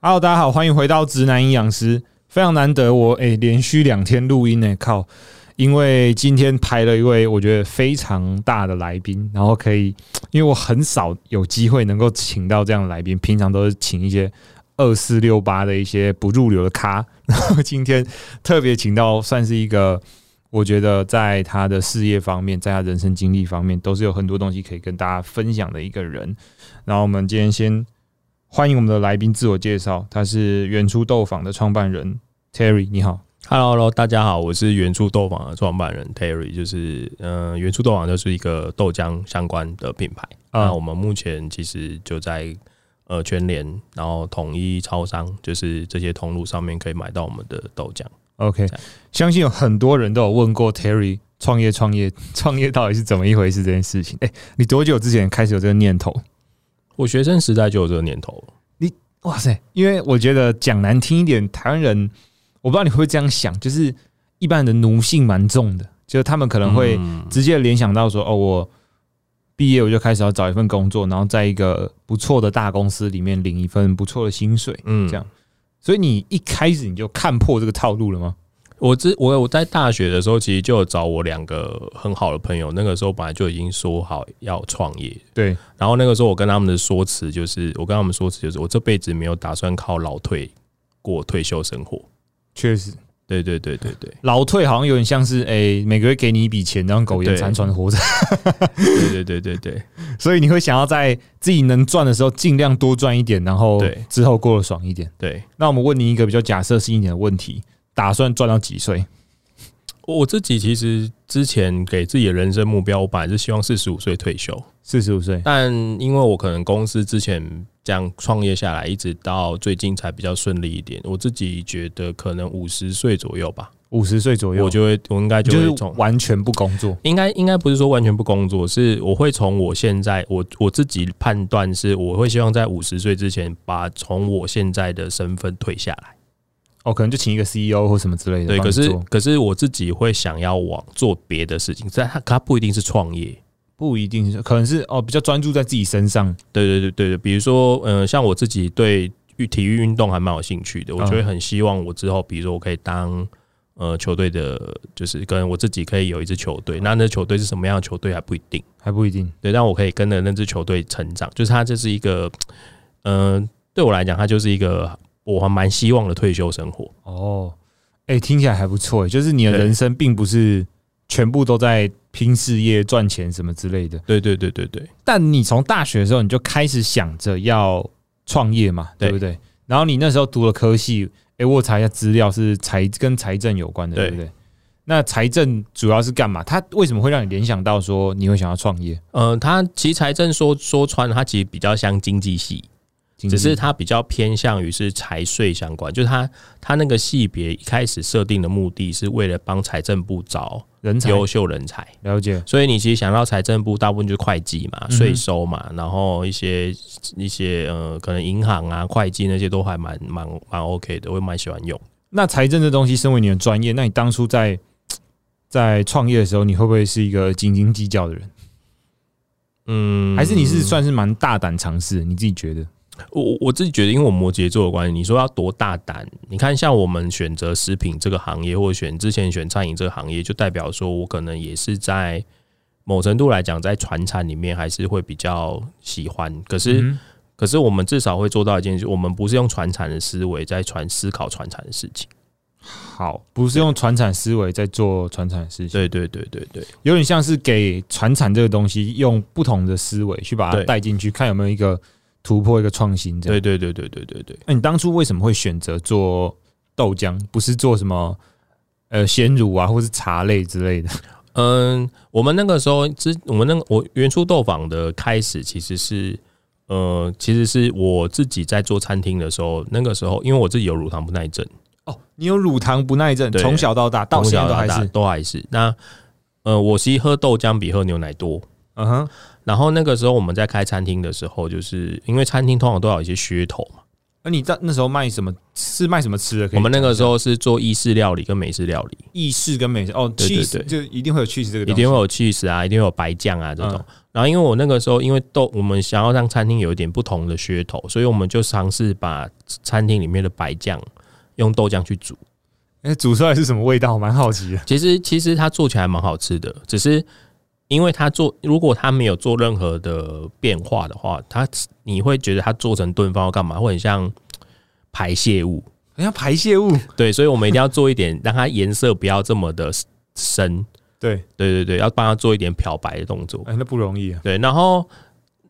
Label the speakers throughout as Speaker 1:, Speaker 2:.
Speaker 1: Hello，大家好，欢迎回到直男营养师，非常难得我诶、连续两天录音呢、靠！因为今天排了一位我觉得非常大的来宾，然后可以，因为我很少有机会能够请到这样的来宾，平常都是请一些二四六八的一些不入流的咖， 然后今天特别请到算是一个。我觉得在他的事业方面，在他人生经历方面，都是有很多东西可以跟大家分享的一个人。然后我们今天先欢迎我们的来宾自我介绍，他是原初豆坊的创办人 Terry，你好。
Speaker 2: Hello Hello，大家好，我是原初豆坊的创办人 Terry，就是嗯、呃，原初豆坊就是一个豆浆相关的品牌。
Speaker 1: 啊
Speaker 2: 那我们目前其实就在呃全联，然后统一超商，就是这些通路上面可以买到我们的豆浆。
Speaker 1: OK，
Speaker 2: 这样
Speaker 1: 相信有很多人都有问过 Terry 创业、创业、 创业到底是怎么一回事这件事情。哎、你多久之前开始有这个念头？
Speaker 2: 我学生时代就有这个念头，
Speaker 1: 哇塞，因为我觉得讲难听一点，台湾人我不知道你会不会这样想，就是一般人的奴性蛮重的，就是他们可
Speaker 2: 可
Speaker 1: 能会
Speaker 2: 嗯
Speaker 1: 直接联想到说，哦，我毕业我就开始要找一份工作，然后在一个不错的大公司里面领一份不错的薪水。
Speaker 2: 嗯
Speaker 1: 这样所以你一开始你就看破这个套路了吗？
Speaker 2: 我之我我在大学的时候，其实就有找我两个很好的朋友，那个时候本来就已经说好要创业，
Speaker 1: 对，
Speaker 2: 然后那个时候我跟他们的说辞就是，我跟他们说辞就是，我这辈子没有打算靠劳退过退休生活。
Speaker 1: 确实，
Speaker 2: 对对对对对
Speaker 1: 劳退好像有点像是诶、每个月给你一笔钱，然后苟延
Speaker 2: 对
Speaker 1: 残喘活着，
Speaker 2: 对对对对对
Speaker 1: 所以你会想要在自己能赚的时候尽量多赚一点，然后
Speaker 2: 对
Speaker 1: 之后过得爽一点。
Speaker 2: 对，
Speaker 1: 那我们问你一个比较假设性一点的问题：打算赚到几岁？
Speaker 2: 我自己其实之前给自己的人生目标，我本来是希望四十五岁退休，
Speaker 1: 四十五岁，
Speaker 2: 但因为我可能公司之前这样创业下来，一直到最近才比较顺利一点。我自己觉得可能五十岁左右吧，
Speaker 1: 五十岁左右，
Speaker 2: 我就会我应该就
Speaker 1: 就
Speaker 2: 会
Speaker 1: 是
Speaker 2: 从
Speaker 1: 完全不工作。
Speaker 2: 应该应该不是说完全不工作，是我会从我现在我我自己判断是，我会希望在五十岁之前把从我现在的身份退下来。
Speaker 1: 哦，可能就请一个 CEO 或什么之类的帮
Speaker 2: 对，
Speaker 1: 你做。
Speaker 2: 可是可是我自己会想要往做别的事情，但它它不一定是创业。
Speaker 1: 不一定是，可能是哦，比较专注在自己身上。
Speaker 2: 对对对对对，比如说，嗯、像我自己对运体育运动还蛮有兴趣的，我就会很希望我之后，比如说我可以当呃球队的，就是跟我自己可以有一支球队，那那球队是什么样的球队还不一定。
Speaker 1: 还不一定，
Speaker 2: 对，但我可以跟着那支球队成长，就是他这是一个，嗯、对我来讲，他就是一个我还蛮希望的退休生活。
Speaker 1: 哦，哎、听起来还不错，哎就是你的
Speaker 2: 对
Speaker 1: 人生并不是全部都在拼事业、赚钱什么之类的。
Speaker 2: 对对对对对
Speaker 1: 但你从大学的时候你就开始想着要创业嘛，对
Speaker 2: 对
Speaker 1: 不对？然后你那时候读了科系，哎、我查一下资料是财跟财政有关的，对不
Speaker 2: 对
Speaker 1: 对？那财政主要是干嘛？它为什么会让你联想到说你会想要创业？
Speaker 2: 呃，他其实财政说说穿了，他其实比较像经济系，
Speaker 1: 经济
Speaker 2: 只是它比较偏向于是财税相关，就是它它那个系别一开始设定的目的是为了帮财政部找
Speaker 1: 人才
Speaker 2: 优秀人才，
Speaker 1: 了解，
Speaker 2: 所以你其实想到财政部，大部分就是会计嘛、
Speaker 1: 嗯哼
Speaker 2: 税收嘛，然后一些一些呃，可能银行啊、会计那些都还蛮蛮蛮 OK 的，我也蛮喜欢用。
Speaker 1: 那财政这东西，身为你的专业，那你当初在在创业的时候，你会不会是一个斤斤计较的人？
Speaker 2: 嗯，
Speaker 1: 还是你是算是蛮大胆尝试的？你自己觉得？
Speaker 2: 我我我自己觉得，因为我摩羯座的关系，你说要多大胆？你看，像我们选择食品这个行业，或者选之前选餐饮这个行业，就代表说我可能也是在某程度来讲，在传产里面还是会比较喜欢。可是，
Speaker 1: 嗯
Speaker 2: 可是我们至少会做到一件事，我们不是用传产的思维在传思考传产的事情。
Speaker 1: 好，不是用传产思维在做传产的事情，
Speaker 2: 对对对对对
Speaker 1: 有点像是给传产这个东西用不同的思维去把它
Speaker 2: 对
Speaker 1: 带进去，看有没有一个突破、一个创新这样。
Speaker 2: 对对对对对对对。
Speaker 1: 那你当初为什么会选择做豆浆，不是做什么呃鲜乳啊，或是茶类之类的？
Speaker 2: 嗯，我们那个时候之我们那个我原初豆坊的开始其实是呃，其实是我自己在做餐厅的时候，那个时候因为我自己有乳糖不耐症，
Speaker 1: 哦，你有乳糖不耐症，
Speaker 2: 对
Speaker 1: 从小到大到
Speaker 2: 从
Speaker 1: 现在
Speaker 2: 小
Speaker 1: 都还
Speaker 2: 大
Speaker 1: 是，
Speaker 2: 都还是那呃，我其实喝豆浆比喝牛奶多。
Speaker 1: 嗯哼。
Speaker 2: 然后那个时候我们在开餐厅的时候，就是因为餐厅通常都要有一些噱头嘛，
Speaker 1: 哎、那你在那时候卖什么？是卖什么吃的？可以
Speaker 2: 我们那个时
Speaker 1: 讲一下
Speaker 2: 候是做意式料理跟美式料理，
Speaker 1: 意式跟美式哦
Speaker 2: 对对
Speaker 1: ，cheese
Speaker 2: 对
Speaker 1: 就一定会有 cheese 这个
Speaker 2: 一
Speaker 1: 东西，
Speaker 2: 定会有 cheese 啊，一定会有白酱啊这种
Speaker 1: 嗯。
Speaker 2: 然后因为我那个时候因为豆，我们想要让餐厅有一点不同的噱头，所以我们就尝试把餐厅里面的白酱用豆浆去煮。
Speaker 1: 哎，煮出来是什么味道？我蛮好奇的。
Speaker 2: 其实其实它做起来蛮好吃的，只是因为它做，如果它没有做任何的变化的话，它你会觉得它做成炖饭要干嘛，会很像排泄物。
Speaker 1: 好像排泄物，
Speaker 2: 对，所以我们一定要做一点，让它颜色不要这么的深。
Speaker 1: 对，
Speaker 2: 对对对，要帮它做一点漂白的动作。
Speaker 1: 哎，那不容易啊，
Speaker 2: 对，然后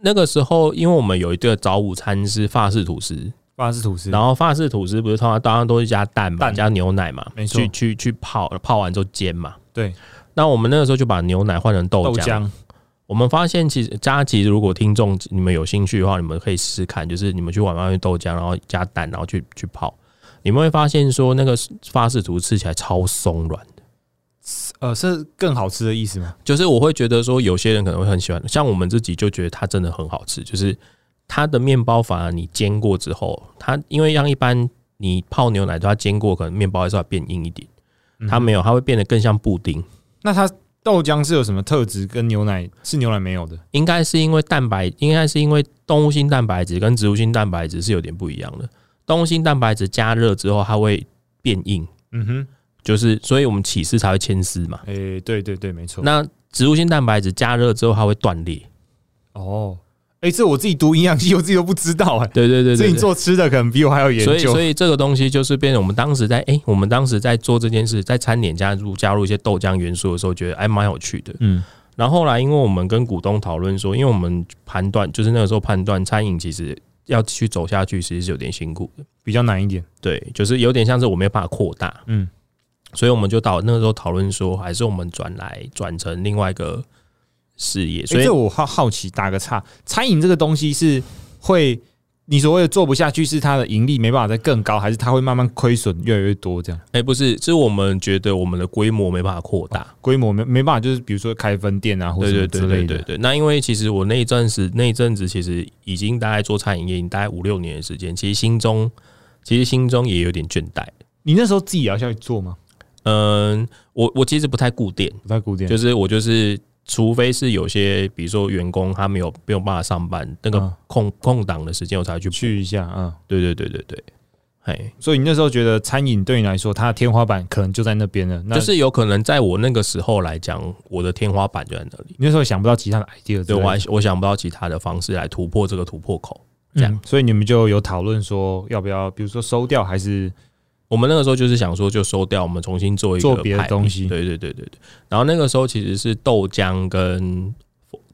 Speaker 2: 那个时候，因为我们有一个早午餐是法式吐司，
Speaker 1: 法式吐司，
Speaker 2: 然后法式吐司不是通常当然都是加蛋嘛，
Speaker 1: 蛋
Speaker 2: 加牛奶嘛，
Speaker 1: 没错
Speaker 2: 去去去泡，泡完之后煎嘛。
Speaker 1: 对，
Speaker 2: 那我们那个时候就把牛奶换成豆
Speaker 1: 豆
Speaker 2: 浆。
Speaker 1: 浆，
Speaker 2: 我们发现其实佳琪，如果听众你们有兴趣的话，你们可以试试看，就是你们去外面豆浆，然后加蛋，然后去去泡，你们会发现说那个法式吐司吃起来超松软。
Speaker 1: 呃，是更好吃的意思吗？
Speaker 2: 就是我会觉得说，有些人可能会很喜欢，像我们自己就觉得它真的很好吃。就是它的面包反而你煎过之后，它因为像一般你泡牛奶都要煎过，可能面包还是要变硬一点，
Speaker 1: 嗯
Speaker 2: 它没有，它会变得更像布丁。
Speaker 1: 那它豆浆是有什么特质？跟牛奶是牛奶没有的，
Speaker 2: 应该是因为蛋白，应该是因为动物性蛋白质跟植物性蛋白质是有点不一样的。动物性蛋白质加热之后，它会变硬，
Speaker 1: 嗯哼，
Speaker 2: 就是所以我们起司才会牵丝嘛。
Speaker 1: 哎、对对对，没错。
Speaker 2: 那植物性蛋白质加热之后，它会断裂。
Speaker 1: 哦，哎、这我自己读营养系，我自己都不知道哎、
Speaker 2: 对 对对对
Speaker 1: 所以
Speaker 2: 对
Speaker 1: 你做吃的可能比我还要研
Speaker 2: 所以，
Speaker 1: 究
Speaker 2: 所以这个东西就是变成我们当时在哎、我们当时在做这件事，在餐点加入加入一些豆浆元素的时候，觉得哎蛮有趣的。
Speaker 1: 嗯，
Speaker 2: 然后后来，因为我们跟股东讨论说，因为我们判断就是那个时候判断餐饮其实要继续走下去，其实是有点辛苦的。
Speaker 1: 比较难一点。哎
Speaker 2: 对，就是有点像是我没有办法扩大，
Speaker 1: 嗯，
Speaker 2: 所以我们就讨那个时候讨论说，还是我们转来转成另外一个事业。
Speaker 1: 所
Speaker 2: 所
Speaker 1: 以、
Speaker 2: 以
Speaker 1: 这我好好奇，打个岔，餐饮这个东西是会你所谓的做不下去，是它的盈利没办法再更高，还是它会慢慢亏损越来越多这样？
Speaker 2: 哎、不是，是我们觉得我们的规模没办法扩大。
Speaker 1: 规模没没办法，就是比如说开分店啊，或者
Speaker 2: 对
Speaker 1: 什
Speaker 2: 对
Speaker 1: 么之
Speaker 2: 对对
Speaker 1: 类
Speaker 2: 对
Speaker 1: 的。
Speaker 2: 对。那因为其实我那一阵子那一阵子其实已经大概做餐饮业，已经大概五六年的时间，其实心中其实心中也有点倦怠。
Speaker 1: 你那时候自己也要下去做吗？
Speaker 2: 嗯，我我其实不太固定，
Speaker 1: 不太固定，
Speaker 2: 就是我就是。除非是有些，比如说员工他没有没有办法上班，那
Speaker 1: 嗯
Speaker 2: 个空空档的时间我才去补。
Speaker 1: 去一下啊、
Speaker 2: 对对对对对，哎，
Speaker 1: 所以你那时候觉得餐饮对你来说，它的天花板可能就在那边了。那
Speaker 2: 就是有可能在我那个时候来讲，我的天花板就在那
Speaker 1: 你
Speaker 2: 里。
Speaker 1: 那时候想不到其他的 idea，之
Speaker 2: 对
Speaker 1: 类的
Speaker 2: 我还我想不到其他的方式来突破这个突破口。这样
Speaker 1: 嗯所以你们就有讨论说要不要，比如说收掉还是
Speaker 2: 我们那个时候就是想说，就收掉，我们重新做一个
Speaker 1: 做别的
Speaker 2: 派
Speaker 1: 东西
Speaker 2: 对对对对对。然后那个时候其实是豆浆跟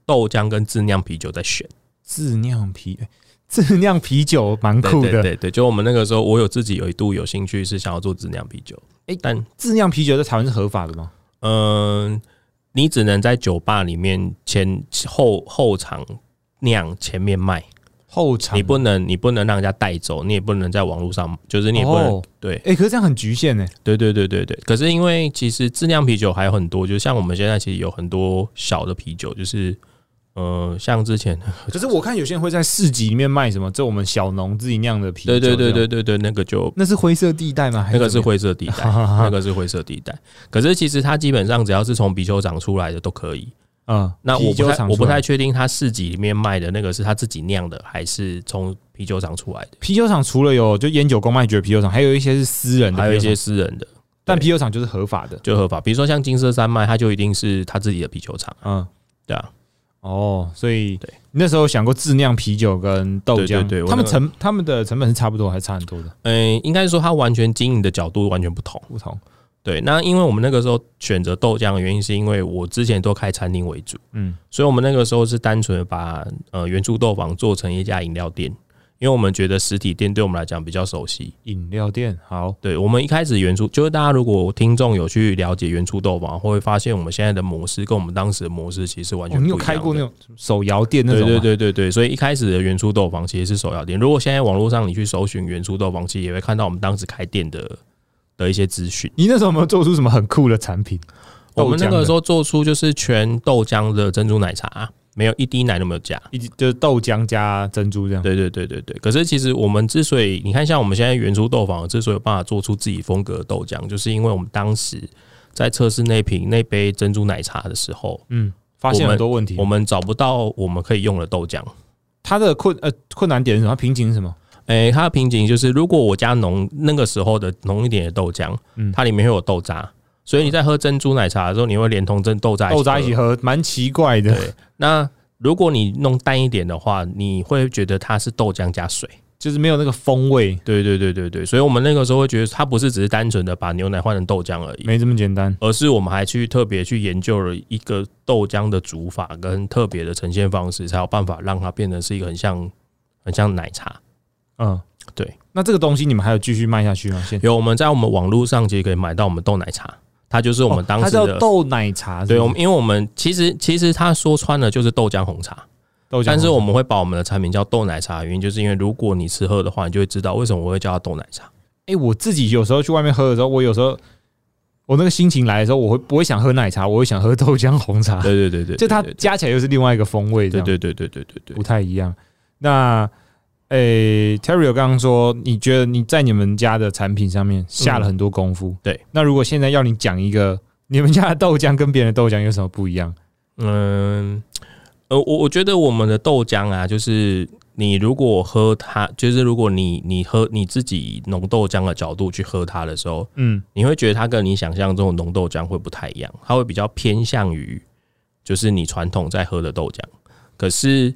Speaker 2: 豆浆跟自酿啤酒在选。
Speaker 1: 自酿啤、哎自酿啤酒蛮
Speaker 2: 对
Speaker 1: 酷的。
Speaker 2: 对对对，就我们那个时候，我有自己有一度有兴趣是想要做自酿啤酒，
Speaker 1: 哎
Speaker 2: 但
Speaker 1: 自酿啤酒在台湾是合法的吗？
Speaker 2: 嗯、你只能在酒吧里面前后后场酿，前面卖，
Speaker 1: 后场
Speaker 2: 你不能你不能让人家带走，你也不能在网络上，就是你也不能、
Speaker 1: 哦
Speaker 2: 对。
Speaker 1: 哎、可是这样很局限呢、
Speaker 2: 对对对对对。可是因为其实质量啤酒还有很多，就像我们现在其实有很多小的啤酒，就是呃，像之前
Speaker 1: 可是我看有些人会在市集里面卖什么，这我们小农自己酿的啤酒。
Speaker 2: 对对对
Speaker 1: 这样，
Speaker 2: 对对对，那个就
Speaker 1: 那是灰色地带吗？还
Speaker 2: 那个是
Speaker 1: 怎么样
Speaker 2: 灰色地 带，那个是灰色地带。可是其实它基本上只要是从啤酒厂出来的都可以。
Speaker 1: 嗯，
Speaker 2: 那我
Speaker 1: 啤
Speaker 2: 不
Speaker 1: 酒
Speaker 2: 太
Speaker 1: 厂
Speaker 2: 我不
Speaker 1: 出来
Speaker 2: 太确定它市集里面卖的那个是他自己酿的，还是从啤酒厂出来的，
Speaker 1: 啤酒厂除了有就烟酒公卖局的啤酒厂，还有一些是私人的啤酒厂，
Speaker 2: 还有一些私人的
Speaker 1: 但啤酒厂就是合法的。
Speaker 2: 就合法。比如说像金色山脉，它就一定是他自己的啤酒厂，
Speaker 1: 嗯，
Speaker 2: 对啊。
Speaker 1: 哦，所以
Speaker 2: 对
Speaker 1: 你那时候想过自酿啤酒跟豆
Speaker 2: 对
Speaker 1: 浆，
Speaker 2: 对对我
Speaker 1: 他们
Speaker 2: 那个
Speaker 1: 成他们的成本是差不多还是差很多的？
Speaker 2: 嗯，应该说它完全经营的角度完全不同。
Speaker 1: 不同，
Speaker 2: 对，那因为我们那个时候选择豆浆的原因，是因为我之前都开餐厅为主，
Speaker 1: 嗯，
Speaker 2: 所以我们那个时候是单纯地把呃原著豆坊做成一家饮料店，因为我们觉得实体店对我们来讲比较熟悉。
Speaker 1: 饮料店好，
Speaker 2: 对，我们一开始原著就是大家如果听众有去了解原著豆坊，会发现我们现在的模式跟我们当时的模式其实是完
Speaker 1: 哦，
Speaker 2: 全不
Speaker 1: 你
Speaker 2: 一
Speaker 1: 有
Speaker 2: 样的。
Speaker 1: 开过那种手摇店那种
Speaker 2: 对
Speaker 1: 吗？
Speaker 2: 对对对对，所以一开始的原初豆坊其实是手摇店。如果现在网络上你去搜寻原初豆坊，其实也会看到我们当时开店的的一些资讯。
Speaker 1: 你那时候有没有做出什么很酷的产品？
Speaker 2: 我们那
Speaker 1: 豆浆
Speaker 2: 个
Speaker 1: 的
Speaker 2: 时候做出就是全豆浆的珍珠奶茶，没有一滴奶都没有加。
Speaker 1: 一就是豆浆加珍珠这样。
Speaker 2: 对对对对对。可是其实我们之所以，你看像我们现在原初豆坊之所以有办法做出自己风格的豆浆，就是因为我们当时在测试那瓶那杯珍珠奶茶的时候，
Speaker 1: 嗯，发现很多问题
Speaker 2: 我。们找不到我们可以用的豆浆。
Speaker 1: 它的困呃困难点是什么？它瓶颈是什么？
Speaker 2: 诶、它的瓶颈就是，如果我加浓那个时候的浓一点的豆浆，
Speaker 1: 嗯
Speaker 2: 它里面会有豆渣，所以你在喝珍珠奶茶的时候，你会连同珍豆渣
Speaker 1: 豆渣一起
Speaker 2: 喝。
Speaker 1: 喝，蛮奇怪的。
Speaker 2: 对，那如果你弄淡一点的话，你会觉得它是豆浆加水。
Speaker 1: 就是没有那个风味，
Speaker 2: 对对对对对，所以我们那个时候会觉得，它不是只是单纯的把牛奶换成豆浆而已，
Speaker 1: 没这么简单。
Speaker 2: 而是我们还去特别去研究了一个豆浆的煮法跟特别的呈现方式，才有办法让它变成是一个很像很像奶茶。
Speaker 1: 嗯，
Speaker 2: 对。
Speaker 1: 那这个东西你们还有继续卖下去吗？现
Speaker 2: 有我们在我们网络上其实可以买到我们豆奶茶，它就是我们当
Speaker 1: 哦它
Speaker 2: 时
Speaker 1: 叫
Speaker 2: 的。
Speaker 1: 豆奶茶是不是，
Speaker 2: 对，我们因为我们其实其实它说穿了就是豆浆红茶，
Speaker 1: 豆浆。
Speaker 2: 但是我们会把我们的产品叫豆奶茶，原因就是因为如果你吃喝的话，你就会知道为什么我会叫它豆奶茶。
Speaker 1: 哎、我自己有时候去外面喝的时候，我有时候我那个心情来的时候，我会不会想喝奶茶，我会想喝豆浆红茶，
Speaker 2: 对对对对，
Speaker 1: 就它
Speaker 2: 对
Speaker 1: 加起来又是另外一个风味，这
Speaker 2: 对
Speaker 1: 样
Speaker 2: 对对对对对对
Speaker 1: 不。太一样。那哎 t e r r y 刚刚说，你觉得你在你们家的产品上面下了很多功夫，
Speaker 2: 对。
Speaker 1: 那如果现在要你讲一个你们家的豆浆跟别人的豆浆有什么不一样？
Speaker 2: 嗯，呃，我我觉得我们的豆浆啊，就是你如果喝它，就是如果你你喝你自己以浓豆浆的角度去喝它的时候，
Speaker 1: 嗯，
Speaker 2: 你会觉得它跟你想象中的浓豆浆会不太一样，它会比较偏向于就是你传统在喝的豆浆。可是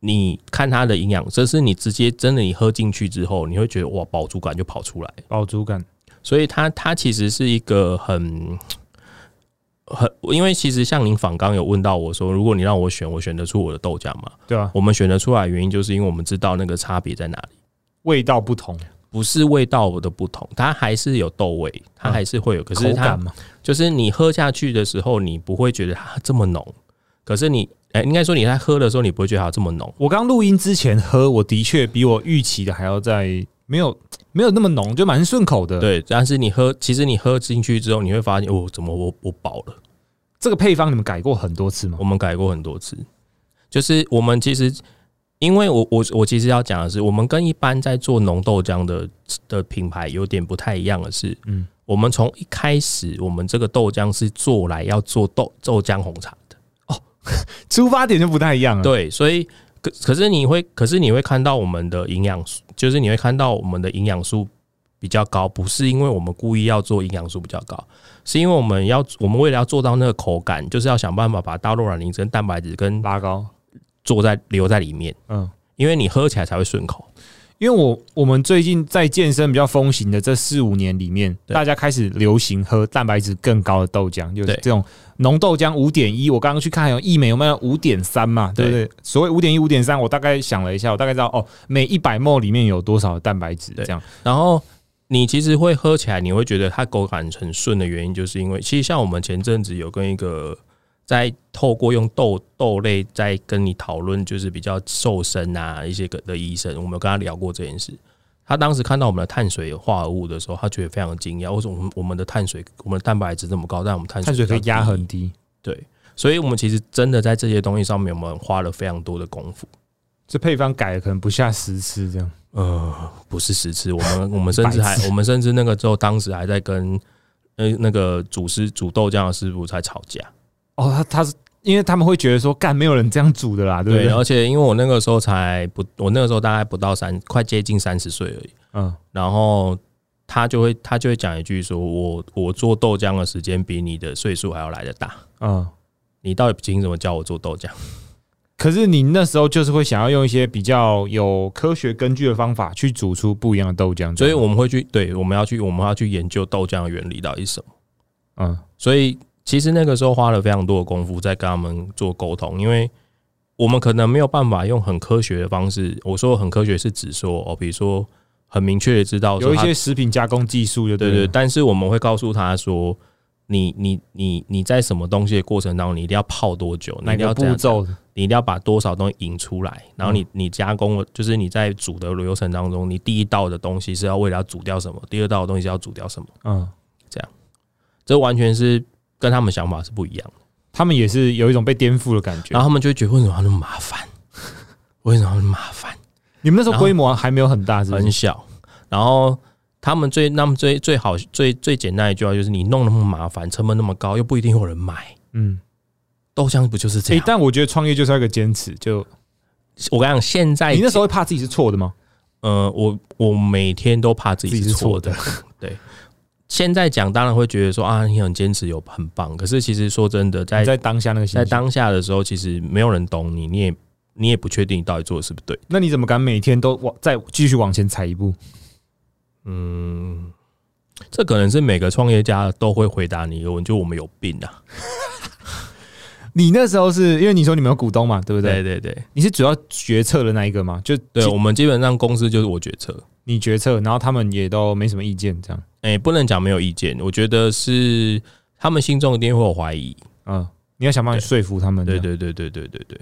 Speaker 2: 你看它的营养，这是你直接真的你喝进去之后，你会觉得哇，饱足感就跑出来。
Speaker 1: 饱足感，
Speaker 2: 所以它它其实是一个很很，因为其实像您访刚有问到我说，如果你让我选，我选得出我的豆浆嘛？
Speaker 1: 对吧、啊
Speaker 2: 我们选得出来的原因就是因为我们知道那个差别在哪里，
Speaker 1: 味道不同，
Speaker 2: 不是味道的不同，它还是有豆味，它还是会有，可是
Speaker 1: 口
Speaker 2: 它
Speaker 1: 感嘛，
Speaker 2: 就是你喝下去的时候，你不会觉得它这么浓，可是你，哎、应该说你在喝的时候，你不会觉得它这么浓。
Speaker 1: 我刚录音之前喝，我的确比我预期的还要在没有没有那么浓，就蛮顺口的。，
Speaker 2: 对，但是你喝，其实你喝进去之后，你会发现，哦，怎么我我饱了？
Speaker 1: 这个配方你们改过很多次吗
Speaker 2: 我？们改过很多次，就是我们其实，因为我我我其实要讲的是，我们跟一般在做浓豆浆的的品牌有点不太一样的是，
Speaker 1: 嗯
Speaker 2: 嗯，我们从一开始，我们这个豆浆是做来要做豆豆浆红茶的，
Speaker 1: 出发点就不太一样了。，
Speaker 2: 对，所以可可是你会，可是你会看到我们的营养素，就是你会看到我们的营养素比较高，不是因为我们故意要做营养素比较高，是因为我们要我们为了要做到那个口感，就是要想办法把大豆卵磷脂、蛋白质跟
Speaker 1: 拉高，
Speaker 2: 做在留在里面，
Speaker 1: 嗯，
Speaker 2: 因为你喝起来才会顺口。
Speaker 1: 因为我我们最近在健身比较风行的这四五年里面，
Speaker 2: 对
Speaker 1: 大家开始流行喝蛋白质更高的豆浆，就是
Speaker 2: 对
Speaker 1: 这种浓豆浆五点一。我刚刚去看有益美有卖到五点三嘛，对不对？所谓五点一、五点三，我大概想了一下，我大概知道哦，每一百 ml 里面有多少的蛋白质这
Speaker 2: 对
Speaker 1: 样。
Speaker 2: 然后你其实会喝起来，你会觉得它口感很顺的原因，就是因为其实像我们前阵子有跟一个在透过用豆豆类在跟你讨论，就是比较瘦身啊一些个的医生，我们有跟他聊过这件事。他当时看到我们的碳水化合物的时候，他觉得非常惊讶，为什么我嗯们我们的碳水、我们的蛋白质这么高，但我们碳水
Speaker 1: 碳水可以
Speaker 2: 比较
Speaker 1: 压
Speaker 2: 低
Speaker 1: 很低，
Speaker 2: 对，所以我们其实真的在这些东西上面，我们花了非常多的功夫。
Speaker 1: 这配方改了可能不下十次这样。
Speaker 2: 呃，不是十次，我们 我们甚至
Speaker 1: 白
Speaker 2: 还
Speaker 1: 痴
Speaker 2: 我们甚至那个时候当时还在跟呃那个煮师煮豆浆的师傅在吵架，
Speaker 1: 哦，他他是因为他们会觉得说，干没有人这样煮的啦，对不
Speaker 2: 对，
Speaker 1: 对？
Speaker 2: 而且因为我那个时候才不，我那个时候大概不到三，快接近三十岁而已，
Speaker 1: 嗯，
Speaker 2: 然后他就会他就会讲一句说，我我做豆浆的时间比你的岁数还要来得大，
Speaker 1: 嗯，
Speaker 2: 你到底凭什么教我做豆浆？
Speaker 1: 可是你那时候就是会想要用一些比较有科学根据的方法去煮出不一样的豆浆，
Speaker 2: 所以我们会去对，我们要去我们要去研究豆浆的原理到底是什么。
Speaker 1: 嗯，
Speaker 2: 所以其实那个时候花了非常多的功夫在跟他们做沟通，因为我们可能没有办法用很科学的方式。我说很科学是指说哦，比如说很明确的知道说
Speaker 1: 有一
Speaker 2: 它
Speaker 1: 些食品加工技术就
Speaker 2: 对
Speaker 1: 了
Speaker 2: 对，但是我们会告诉他说。你你你你在什么东西的过程当中，你一定要泡多久？你
Speaker 1: 哪
Speaker 2: 一定
Speaker 1: 个
Speaker 2: 要怎
Speaker 1: 步
Speaker 2: 样
Speaker 1: 骤
Speaker 2: 你一定要把多少东西引出来，然后你你加工了，就是你在煮的流程当中，你第一道的东西是要为了要煮掉什么，第二道的东西是要煮掉什么，
Speaker 1: 嗯。
Speaker 2: 这完全是跟他们想法是不一样的。
Speaker 1: 他们也是有一种被颠覆的感觉
Speaker 2: 然。后他们就会觉得为什么要那么麻 烦？为什么要那么麻烦？
Speaker 1: 你们那时候
Speaker 2: 然后
Speaker 1: 规模还没有很大，是不
Speaker 2: 很
Speaker 1: 是？
Speaker 2: 小。然后他们最、他们最最好、最最简单的一句话就是：你弄那么麻烦，成本那么高，又不一定有人买。
Speaker 1: 嗯，
Speaker 2: 豆浆不就是这
Speaker 1: 诶，
Speaker 2: 样？
Speaker 1: 但我觉得创业就是要一个坚持。就
Speaker 2: 我跟你讲，现在
Speaker 1: 你那时候会怕自己是错的吗？
Speaker 2: 呃，我我每天都怕自己是错的。现在讲当然会觉得说啊，你很坚持有很棒，可是其实说真的，在
Speaker 1: 你在当下那个心
Speaker 2: 哎在
Speaker 1: 情，
Speaker 2: 当下的时候，其实没有人懂你，你也你也不确定你到底做的是不是对。
Speaker 1: 那你怎么敢每天都往再继续往前踩一步？
Speaker 2: 嗯，这可能是每个创业家都会回答你一个问题，就我们有病啊！
Speaker 1: 你那时候是因为你说你们有股东嘛，对不对？
Speaker 2: 对对对
Speaker 1: 你是主要决策的那一个嘛？就
Speaker 2: 对，我们基本上公司就是我决策，
Speaker 1: 你决策，然后他们也都没什么意见，这样。
Speaker 2: 哎、不能讲没有意见，我觉得是他们心中一定会有怀疑。
Speaker 1: 嗯，你要想办法说服他们，
Speaker 2: 对，对对对对对对。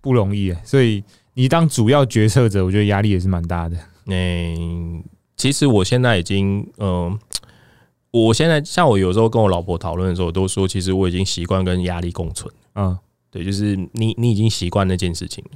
Speaker 1: 不容易耶。所以你当主要决策者，我觉得压力也是蛮大的。
Speaker 2: 嗯，其实我现在已经，嗯、我现在像我有时候跟我老婆讨论的时候，我都说，其实我已经习惯跟压力共存。
Speaker 1: 嗯，
Speaker 2: 对，就是你，你已经习惯那件事情了，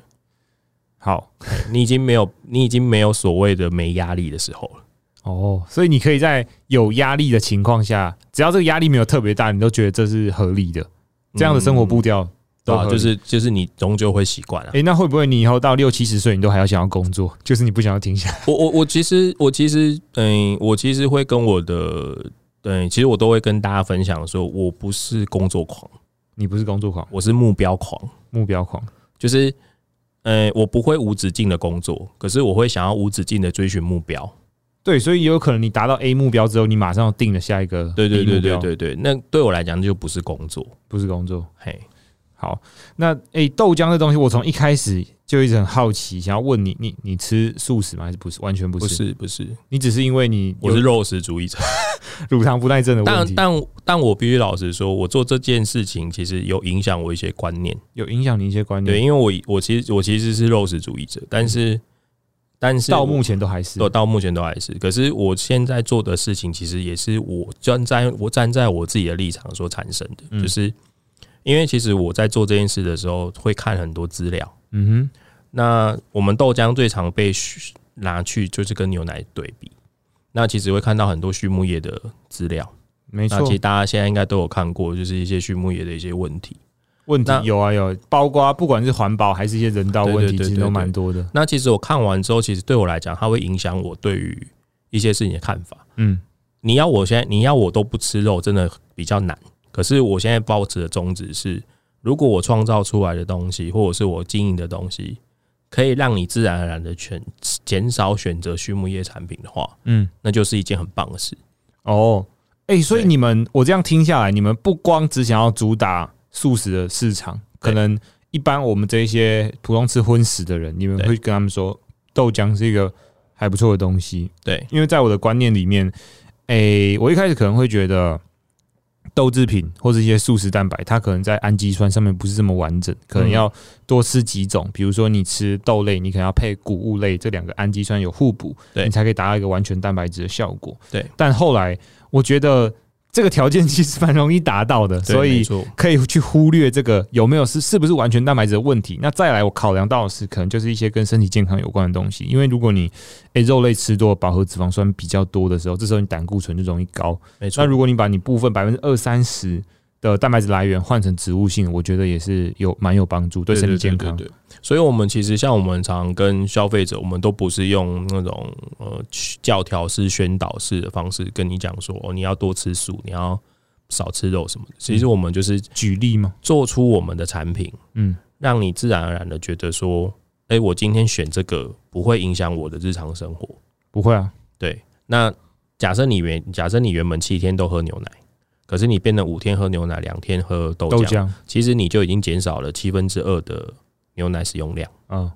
Speaker 1: 好
Speaker 2: 你已经没有，你已经没有所谓的没压力的时候了。
Speaker 1: 哦，所以你可以在有压力的情况下，只要这个压力没有特别大，你都觉得这是合理的，这样的生活步
Speaker 2: 嗯
Speaker 1: 调
Speaker 2: 对
Speaker 1: 都
Speaker 2: 啊、
Speaker 1: 合理
Speaker 2: 就是就是你终究会习惯啊
Speaker 1: 诶、。那会不会你以后到六七十岁，你都还要想要工作？就是你不想要停下来？
Speaker 2: 我我我其实我其实嗯，我其实会跟我的嗯，其实我都会跟大家分享说，我不是工作狂，
Speaker 1: 你不是工作狂，
Speaker 2: 我是目标狂。
Speaker 1: 目标狂。
Speaker 2: 就是，呃，我不会无止境的工作，可是我会想要无止境的追寻目标。
Speaker 1: 对，所以也有可能你达到 A 目标之后，你马上定了下一个
Speaker 2: 对对
Speaker 1: B
Speaker 2: 对
Speaker 1: 目
Speaker 2: 对
Speaker 1: 标，
Speaker 2: 对对，那对我来讲那就不是工作。
Speaker 1: 不是工作。
Speaker 2: 嘿，
Speaker 1: 好，那诶、豆浆这东西，我从一开始就一直很好奇，想要问你，你你吃素食吗？还是不是？完全不是，
Speaker 2: 不是不是，
Speaker 1: 你只是因为你
Speaker 2: 我
Speaker 1: 有
Speaker 2: 是肉食主义者。
Speaker 1: 乳糖不耐症的问
Speaker 2: 但
Speaker 1: 题，
Speaker 2: 但但我必须老实说，我做这件事情其实有影响我一些观念。
Speaker 1: 有影响你一些观
Speaker 2: 对，
Speaker 1: 念。
Speaker 2: 因为我我其实我其实是肉食主义者，但是但是
Speaker 1: 到
Speaker 2: 我
Speaker 1: 目前都还是
Speaker 2: 都到目前都还是，可是我现在做的事情，其实也是我站在我站在我自己的立场所产生的，
Speaker 1: 嗯
Speaker 2: 就是因为其实我在做这件事的时候，会看很多资料。
Speaker 1: 嗯哼，
Speaker 2: 那我们豆浆最常被嘘拿去就是跟牛奶对比，那其实会看到很多畜牧业的资料。
Speaker 1: 没
Speaker 2: 那
Speaker 1: 错
Speaker 2: 其，实大家现在应该都有看过，就是一些畜牧业的一些问题。
Speaker 1: 问题
Speaker 2: 那
Speaker 1: 有啊有，包括不管是环保还是一些人道问
Speaker 2: 对对
Speaker 1: 题，
Speaker 2: 对
Speaker 1: 其实
Speaker 2: 对
Speaker 1: 都
Speaker 2: 对
Speaker 1: 蛮多的。
Speaker 2: 那其实我看完之后，其实对我来讲，它会影响我对于一些事情的看法。
Speaker 1: 嗯，
Speaker 2: 你要我现在你要我都不吃肉，真的比较难。可是我现在抱持的宗旨是，如果我创造出来的东西，或者是我经营的东西，可以让你自然而然的选减少选择畜牧业产品的话，
Speaker 1: 嗯，
Speaker 2: 那就是一件很棒的事。
Speaker 1: 哦，哎、所以
Speaker 2: 对
Speaker 1: 你们我这样听下来，你们不光只想要主打素食的市场，可
Speaker 2: 对
Speaker 1: 能一般我们这一些普通吃荤食的人，你们
Speaker 2: 对
Speaker 1: 会跟他们说豆浆是一个还不错的东西，
Speaker 2: 对，
Speaker 1: 因为在我的观念里面，诶、我一开始可能会觉得豆制品或是一些素食蛋白，它可能在氨基酸上面不是这么完整，可能
Speaker 2: 嗯
Speaker 1: 要多吃几种。比如说你吃豆类，你可能要配谷物类，这两个氨基酸有互补，
Speaker 2: 对
Speaker 1: 你才可以达到一个完全蛋白质的效果。
Speaker 2: 对，
Speaker 1: 但后来我觉得这个条件其实蛮容易达到的，所
Speaker 2: 对没
Speaker 1: 以
Speaker 2: 错
Speaker 1: 可以去忽略这个有没有是是不是完全蛋白质的问题。那再来，我考量到的是可能就是一些跟身体健康有关的东西，因为如果你诶、肉类吃多，饱和脂肪酸比较多的时候，这时候你胆固醇就容易高。
Speaker 2: 没错。
Speaker 1: 那如果你把你部分百分之二三十的蛋白质来源换成植物性，我觉得也是有蛮有帮助，对身体健康。
Speaker 2: 对对对对所以，我们其实像我们常跟消费者，我们都不是用那种呃教条式、宣导式的方式跟你讲说，哦，你要多吃素，你要少吃肉什么的。其实我们就是
Speaker 1: 举例嘛，
Speaker 2: 做出我们的产品，
Speaker 1: 嗯，
Speaker 2: 让你自然而然的觉得说，哎、我今天选这个不会影响我的日常生活。
Speaker 1: 不会啊，
Speaker 2: 对，那假设你原假设你原本七天都喝牛奶，可是你变成五天喝牛奶，两天喝豆
Speaker 1: 豆
Speaker 2: 浆，
Speaker 1: 浆，
Speaker 2: 其实你就已经减少了七分之二的牛奶使用量。
Speaker 1: 嗯，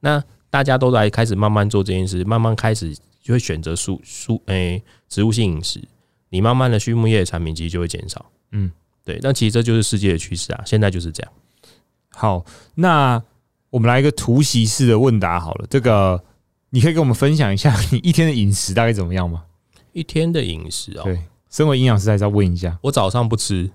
Speaker 2: 那大家都来开始慢慢做这件事，慢慢开始就会选择蔬蔬诶、植物性饮食，你慢慢的畜牧业的产品其实就会减少。
Speaker 1: 嗯，
Speaker 2: 对，但其实这就是世界的趋势啊，现在就是这样。
Speaker 1: 好，那我们来一个突袭式的问答好了，这个你可以跟我们分享一下你一天的饮食大概怎么样吗？
Speaker 2: 一天的饮食哦、
Speaker 1: 对身为营养师还是要问一下，
Speaker 2: 我早上不吃，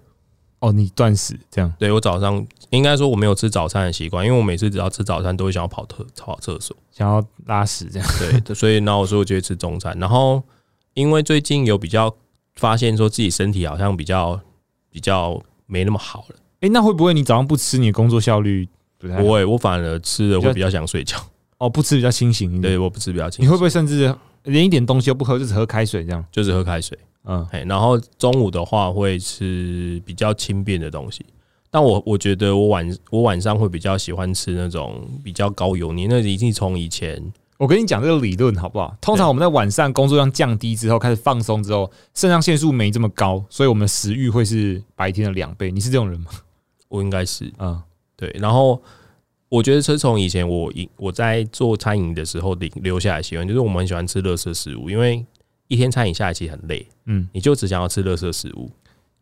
Speaker 1: 哦，你断食这样，
Speaker 2: 对我早上应该说我没有吃早餐的习惯，因为我每次只要吃早餐都会想要跑特跑厕所。
Speaker 1: 想要拉屎这样，
Speaker 2: 对，所以那我说我就会吃中餐。然后因为最近有比较发现说自己身体好像比较比较没那么好了，
Speaker 1: 哎、那会不会你早上不吃，你的工作效率不太好
Speaker 2: 不会，我反而吃了会比较想睡觉。
Speaker 1: 哦，不吃比较清醒一点。
Speaker 2: 对，我不吃比较轻，
Speaker 1: 你会不会甚至连一点东西都不喝，就只喝开水这样？
Speaker 2: 就是喝开水？
Speaker 1: 嗯，
Speaker 2: 哎，然后中午的话会吃比较轻便的东西。但我我觉得我晚我晚上会比较喜欢吃那种比较高油腻，那已经从以前
Speaker 1: 我跟你讲这个理论好不好？通常
Speaker 2: 对
Speaker 1: 我们在晚上工作量降低之后，开始放松之后，肾上腺素没这么高，所以我们的食欲会是白天的两倍。你是这种人吗？
Speaker 2: 我应该是
Speaker 1: 嗯，
Speaker 2: 对，然后我觉得是从以前我饮我在做餐饮的时候留留下来的习惯，就是我们很喜欢吃垃圾食物，因为一天餐饮下来其实很累，
Speaker 1: 嗯，
Speaker 2: 你就只想要吃垃圾食物。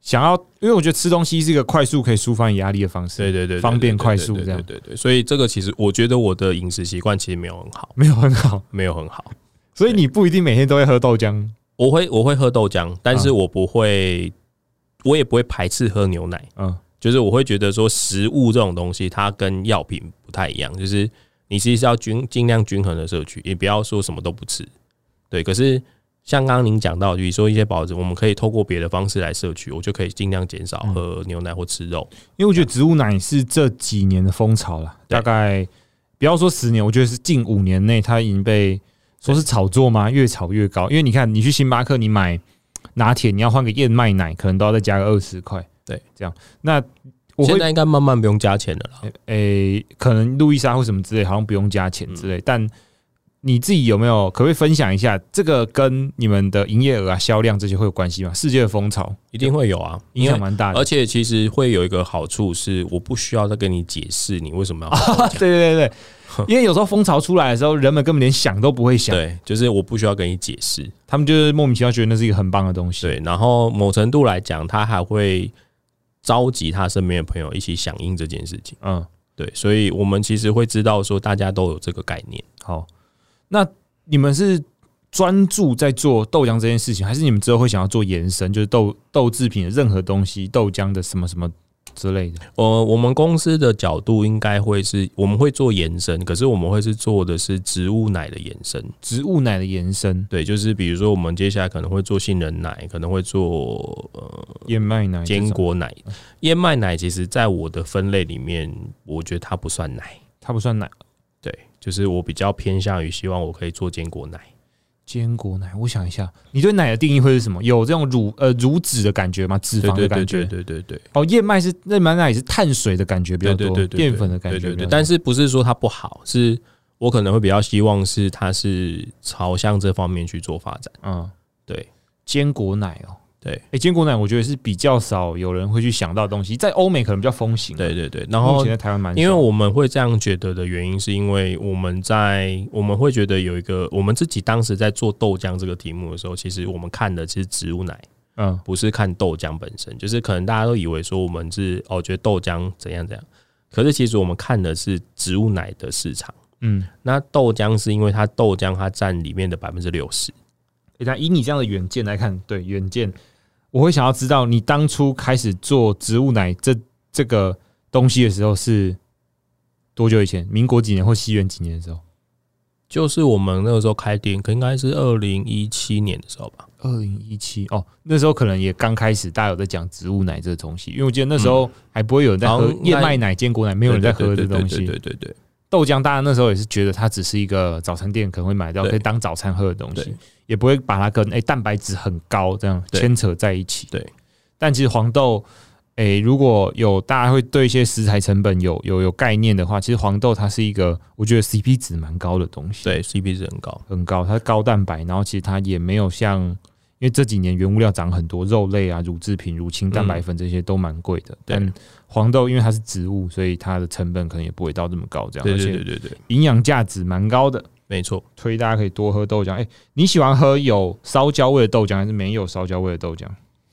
Speaker 1: 想要，因为我觉得吃东西是一个快速可以抒发你压力的方式。
Speaker 2: 对对对，对
Speaker 1: 方便
Speaker 2: 对对
Speaker 1: 快速
Speaker 2: 对
Speaker 1: 这样
Speaker 2: 对对对对，所以这个其实我觉得我的饮食习惯其实没有很好，
Speaker 1: 没有很好，
Speaker 2: 没有很好。
Speaker 1: 所以你不一定每天都会喝豆浆。
Speaker 2: 我会我会喝豆浆，但是
Speaker 1: 嗯
Speaker 2: 我不会，我也不会排斥喝牛奶。
Speaker 1: 嗯，
Speaker 2: 就是我会觉得说，食物这种东西它跟药品不太一样，就是你其实是要均尽量均衡的摄取，也不要说什么都不吃。对，可是像刚刚您讲到，比如说一些保质，我们可以透过别的方式来摄取，我就可以尽量减少
Speaker 1: 嗯
Speaker 2: 喝牛奶或吃肉。
Speaker 1: 因为我觉得植物奶是这几年的风潮啦，
Speaker 2: 对
Speaker 1: 大概不要说十年，我觉得是近五年内它已经被说是炒作吗？越炒越高。因为你看，你去星巴克你买拿铁，你要换个燕麦奶，可能都要再加个二十块。
Speaker 2: 对，
Speaker 1: 这样那我会
Speaker 2: 现
Speaker 1: 呃
Speaker 2: 在应该慢慢不用加钱了啦。
Speaker 1: 诶、可能路易莎或什么之类，好像不用加钱
Speaker 2: 嗯
Speaker 1: 之类。但你自己有没有可不可以分享一下这个跟你们的营业额啊、销量这些会有关系吗？世界的风潮
Speaker 2: 一定会有啊，
Speaker 1: 影
Speaker 2: 因
Speaker 1: 响
Speaker 2: 为
Speaker 1: 蛮大的
Speaker 2: 而。且其实会有一个好处是，我不需要再跟你解释你为什么要
Speaker 1: 哦
Speaker 2: 喝豆
Speaker 1: 对
Speaker 2: 浆。
Speaker 1: 对 对对，因为有时候风潮出来的时候，人们根本连想都不会想，
Speaker 2: 对，就是我不需要跟你解释。
Speaker 1: 他们就是莫名其妙觉得那是一个很棒的东西。
Speaker 2: 对，然后某程度来讲，他还会召集他身边的朋友一起响应这件事情。
Speaker 1: 嗯，
Speaker 2: 对，所以我们其实会知道说，大家都有这个概念。
Speaker 1: 好，那你们是专注在做豆浆这件事情，还是你们之后会想要做延伸，就是豆豆制品的任何东西，豆浆的什么什么之类的？
Speaker 2: 呃，我们公司的角度应该会是，我们会做延伸，可是我们会是做的是植物奶的延伸。
Speaker 1: 植物奶的延伸，
Speaker 2: 对，就是比如说我们接下来可能会做杏仁奶，可能会做呃
Speaker 1: 燕麦奶这种嗯
Speaker 2: 坚，果奶、燕麦奶。其实，在我的分类里面，我觉得它不算奶。
Speaker 1: 它不算奶，
Speaker 2: 对，就是我比较偏向于希望我可以做坚果奶。
Speaker 1: 坚果奶。我想一下，你对奶的定义会是什么？有这种乳呃乳脂的感觉吗？脂
Speaker 2: 对
Speaker 1: 肪的
Speaker 2: 对
Speaker 1: 感
Speaker 2: 对
Speaker 1: 觉？
Speaker 2: 对对对对。
Speaker 1: 哦，燕麦是燕麦奶是碳水的感觉比较多，淀粉的感觉比
Speaker 2: 对
Speaker 1: 较多。
Speaker 2: 对对。但是不是说它不好，是我可能会比较希望是它是朝向这方面去做发展。
Speaker 1: 嗯，
Speaker 2: 对，
Speaker 1: 坚果奶哦、
Speaker 2: 对
Speaker 1: 哎、坚果奶我觉得是比较少有人会去想到的东西，在欧美可能比较风行。啊
Speaker 2: 对，对对。
Speaker 1: 嗯
Speaker 2: 然
Speaker 1: 目
Speaker 2: 后
Speaker 1: 前，在台湾蛮少，
Speaker 2: 因为我们会这样觉得的原因，是因为我们在我们会觉得有一个我们自己当时在做豆浆这个题目的时候，其实我们看的是植物奶，
Speaker 1: 嗯，
Speaker 2: 不是看豆浆本身。就是可能大家都以为说我们是哦，觉得豆浆怎样怎样，可是其实我们看的是植物奶的市场。
Speaker 1: 嗯，
Speaker 2: 那豆浆是因为它豆浆它占里面的百分之六十，
Speaker 1: 诶但以你这样的远见来看，对远见，我会想要知道你当初开始做植物奶这这个东西的时候是多久以前？民国几年或西元几年的时候？
Speaker 2: 就是我们那个时候开店，可应该是二零一七年的时候吧。
Speaker 1: 二零一七哦，那时候可能也刚开始，大家有在讲植物奶这个东西，因为我记得那时
Speaker 2: 嗯
Speaker 1: 候还不会有人在喝
Speaker 2: 好像
Speaker 1: 燕麦奶、坚果奶，没有人在喝这
Speaker 2: 对对对
Speaker 1: 东
Speaker 2: 对
Speaker 1: 西。
Speaker 2: 对对对
Speaker 1: 豆浆大家那时候也是觉得它只是一个早餐店可能会买到，
Speaker 2: 对
Speaker 1: 可以当早餐喝的东西
Speaker 2: 对，
Speaker 1: 也不会把它跟诶蛋白质很高这样
Speaker 2: 对
Speaker 1: 牵扯在一起。
Speaker 2: 对，
Speaker 1: 但其实黄豆。诶、如果有大家会对一些食材成本有有有概念的话，其实黄豆它是一个我觉得 CP 值蛮高的东西。
Speaker 2: 对，CP 值很高。
Speaker 1: 很高，它高蛋白，然后其实它也没有像，因为这几年原物料涨很多，肉类啊、乳制品、乳清蛋白粉这些都蛮贵的。
Speaker 2: 嗯对
Speaker 1: 但黄豆因为它是植物，所以它的成本可能也不会到这么高，这样，
Speaker 2: 对对
Speaker 1: 而
Speaker 2: 对
Speaker 1: 且
Speaker 2: 对对，
Speaker 1: 营养价值蛮高的，
Speaker 2: 没错。
Speaker 1: 推大家可以多喝豆浆。哎、你喜欢喝有烧焦味的豆浆，还是没有烧焦味的豆浆？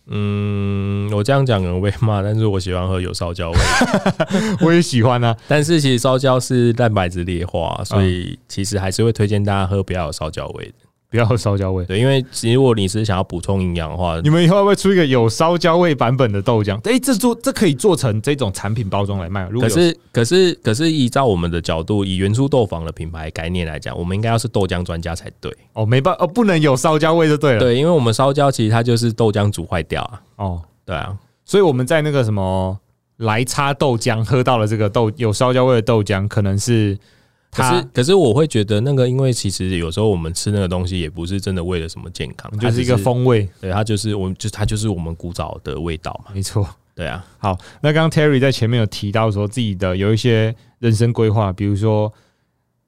Speaker 2: 嗯，我这样讲可能会被骂，但是我喜欢喝有烧焦味。
Speaker 1: 我也喜欢啊，
Speaker 2: 但是其实烧焦是蛋白质劣化，所以其实还是会推荐大家喝不要有烧焦味的。
Speaker 1: 不要有烧焦味。
Speaker 2: 对，因为如果你是想要补充营养的话，
Speaker 1: 你们以后会不会出一个有烧焦味版本的豆浆？哎、这做这可以做成这种产品包装来卖。如果
Speaker 2: 可
Speaker 1: 有
Speaker 2: 是可是可是依照我们的角度，以原初豆坊的品牌概念来讲，我们应该要是豆浆专家才对。
Speaker 1: 哦，没办哦，不能有烧焦味就对了。
Speaker 2: 对，因为我们烧焦其实它就是豆浆煮坏掉啊。
Speaker 1: 哦，
Speaker 2: 对啊，
Speaker 1: 所以我们在那个什么来叉豆浆喝到了这个豆有烧焦味的豆浆，可能是
Speaker 2: 可
Speaker 1: 它
Speaker 2: 是可是我会觉得那个，因为其实有时候我们吃那个东西也不是真的为了什么健康，
Speaker 1: 就
Speaker 2: 它
Speaker 1: 是
Speaker 2: 只
Speaker 1: 一个，风味，
Speaker 2: 对，它就是我们就它就是我们古早的味道嘛。
Speaker 1: 没错。
Speaker 2: 对啊，
Speaker 1: 好，那刚刚 Terry 在前面有提到说自己的有一些人生规划，比如说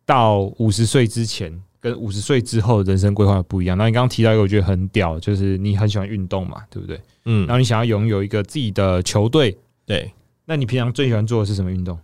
Speaker 1: 到五十岁之前跟五十岁之后的人生规划不一样。那你刚刚提到一个我觉得很屌，就是你很喜欢运动嘛，对不对？
Speaker 2: 嗯
Speaker 1: 然，后你想要拥有一个自己的球队，
Speaker 2: 对，
Speaker 1: 那你平常最喜欢做的是什么运动？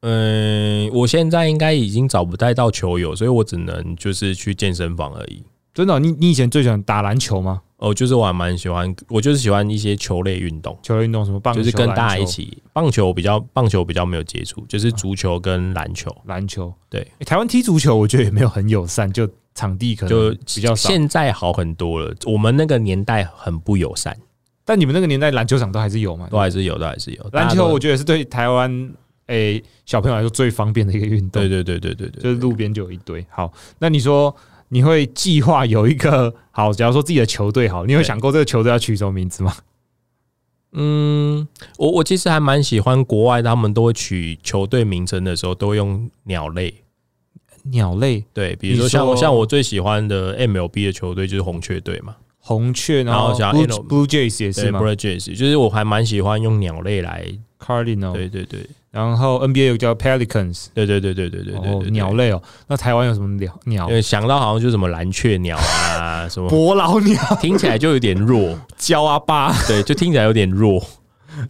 Speaker 2: 嗯，我现在应该已经找不太到球友，所以我只能就是去健身房而已。
Speaker 1: 真的哦、你你以前最喜欢打篮球吗？
Speaker 2: 哦，就是我还蛮喜欢，我就是喜欢一些球类运动。
Speaker 1: 球类运动什么棒球？
Speaker 2: 就是跟大家
Speaker 1: 篮
Speaker 2: 一
Speaker 1: 球
Speaker 2: 起。棒球比较，棒球比较没有接触，就是足球跟篮球。
Speaker 1: 篮球。
Speaker 2: 对
Speaker 1: 欸台湾踢足球我觉得也没有很友善，就场地可能
Speaker 2: 就
Speaker 1: 比较少。
Speaker 2: 现在好很多了，我们那个年代很不友善，
Speaker 1: 但你们那个年代篮球场都还是有嘛？
Speaker 2: 都还是有，都还是有。
Speaker 1: 篮
Speaker 2: 大家
Speaker 1: 球
Speaker 2: 都
Speaker 1: 我觉得是对台湾诶、小朋友来说最方便的一个运动，
Speaker 2: 对对对对对对，
Speaker 1: 就是路边就有一堆。好，那你说你会计划有一个 好，假如说自己的球队好，你有
Speaker 2: 对
Speaker 1: 想过这个球队要取什么名字吗？
Speaker 2: 嗯，我我其实还蛮喜欢国外，他们都会取球队名称的时候都会用鸟类。
Speaker 1: 鸟类、
Speaker 2: 对，比如
Speaker 1: 你
Speaker 2: 说像
Speaker 1: 说
Speaker 2: 我像我最喜欢的 MLB 的球队就是红雀队嘛，
Speaker 1: 红雀，然
Speaker 2: 然后
Speaker 1: 后
Speaker 2: 像
Speaker 1: Blue
Speaker 2: NL
Speaker 1: Blue Jays 也是
Speaker 2: 对
Speaker 1: 吗
Speaker 2: b r a d g e s 就是我还蛮喜欢用鸟类来，
Speaker 1: ？Cardinal，
Speaker 2: 对对对
Speaker 1: 然后 NBA 有个叫 Pelicans，
Speaker 2: 对对对对对对对
Speaker 1: 哦
Speaker 2: 对，对
Speaker 1: 鸟类哦。那台湾有什么鸟鸟？
Speaker 2: 呃，想到好像就是什么蓝雀鸟啊，什么，
Speaker 1: 伯劳鸟、
Speaker 2: 听起来就有点弱，
Speaker 1: 焦阿巴。
Speaker 2: 对，就听起来有点弱。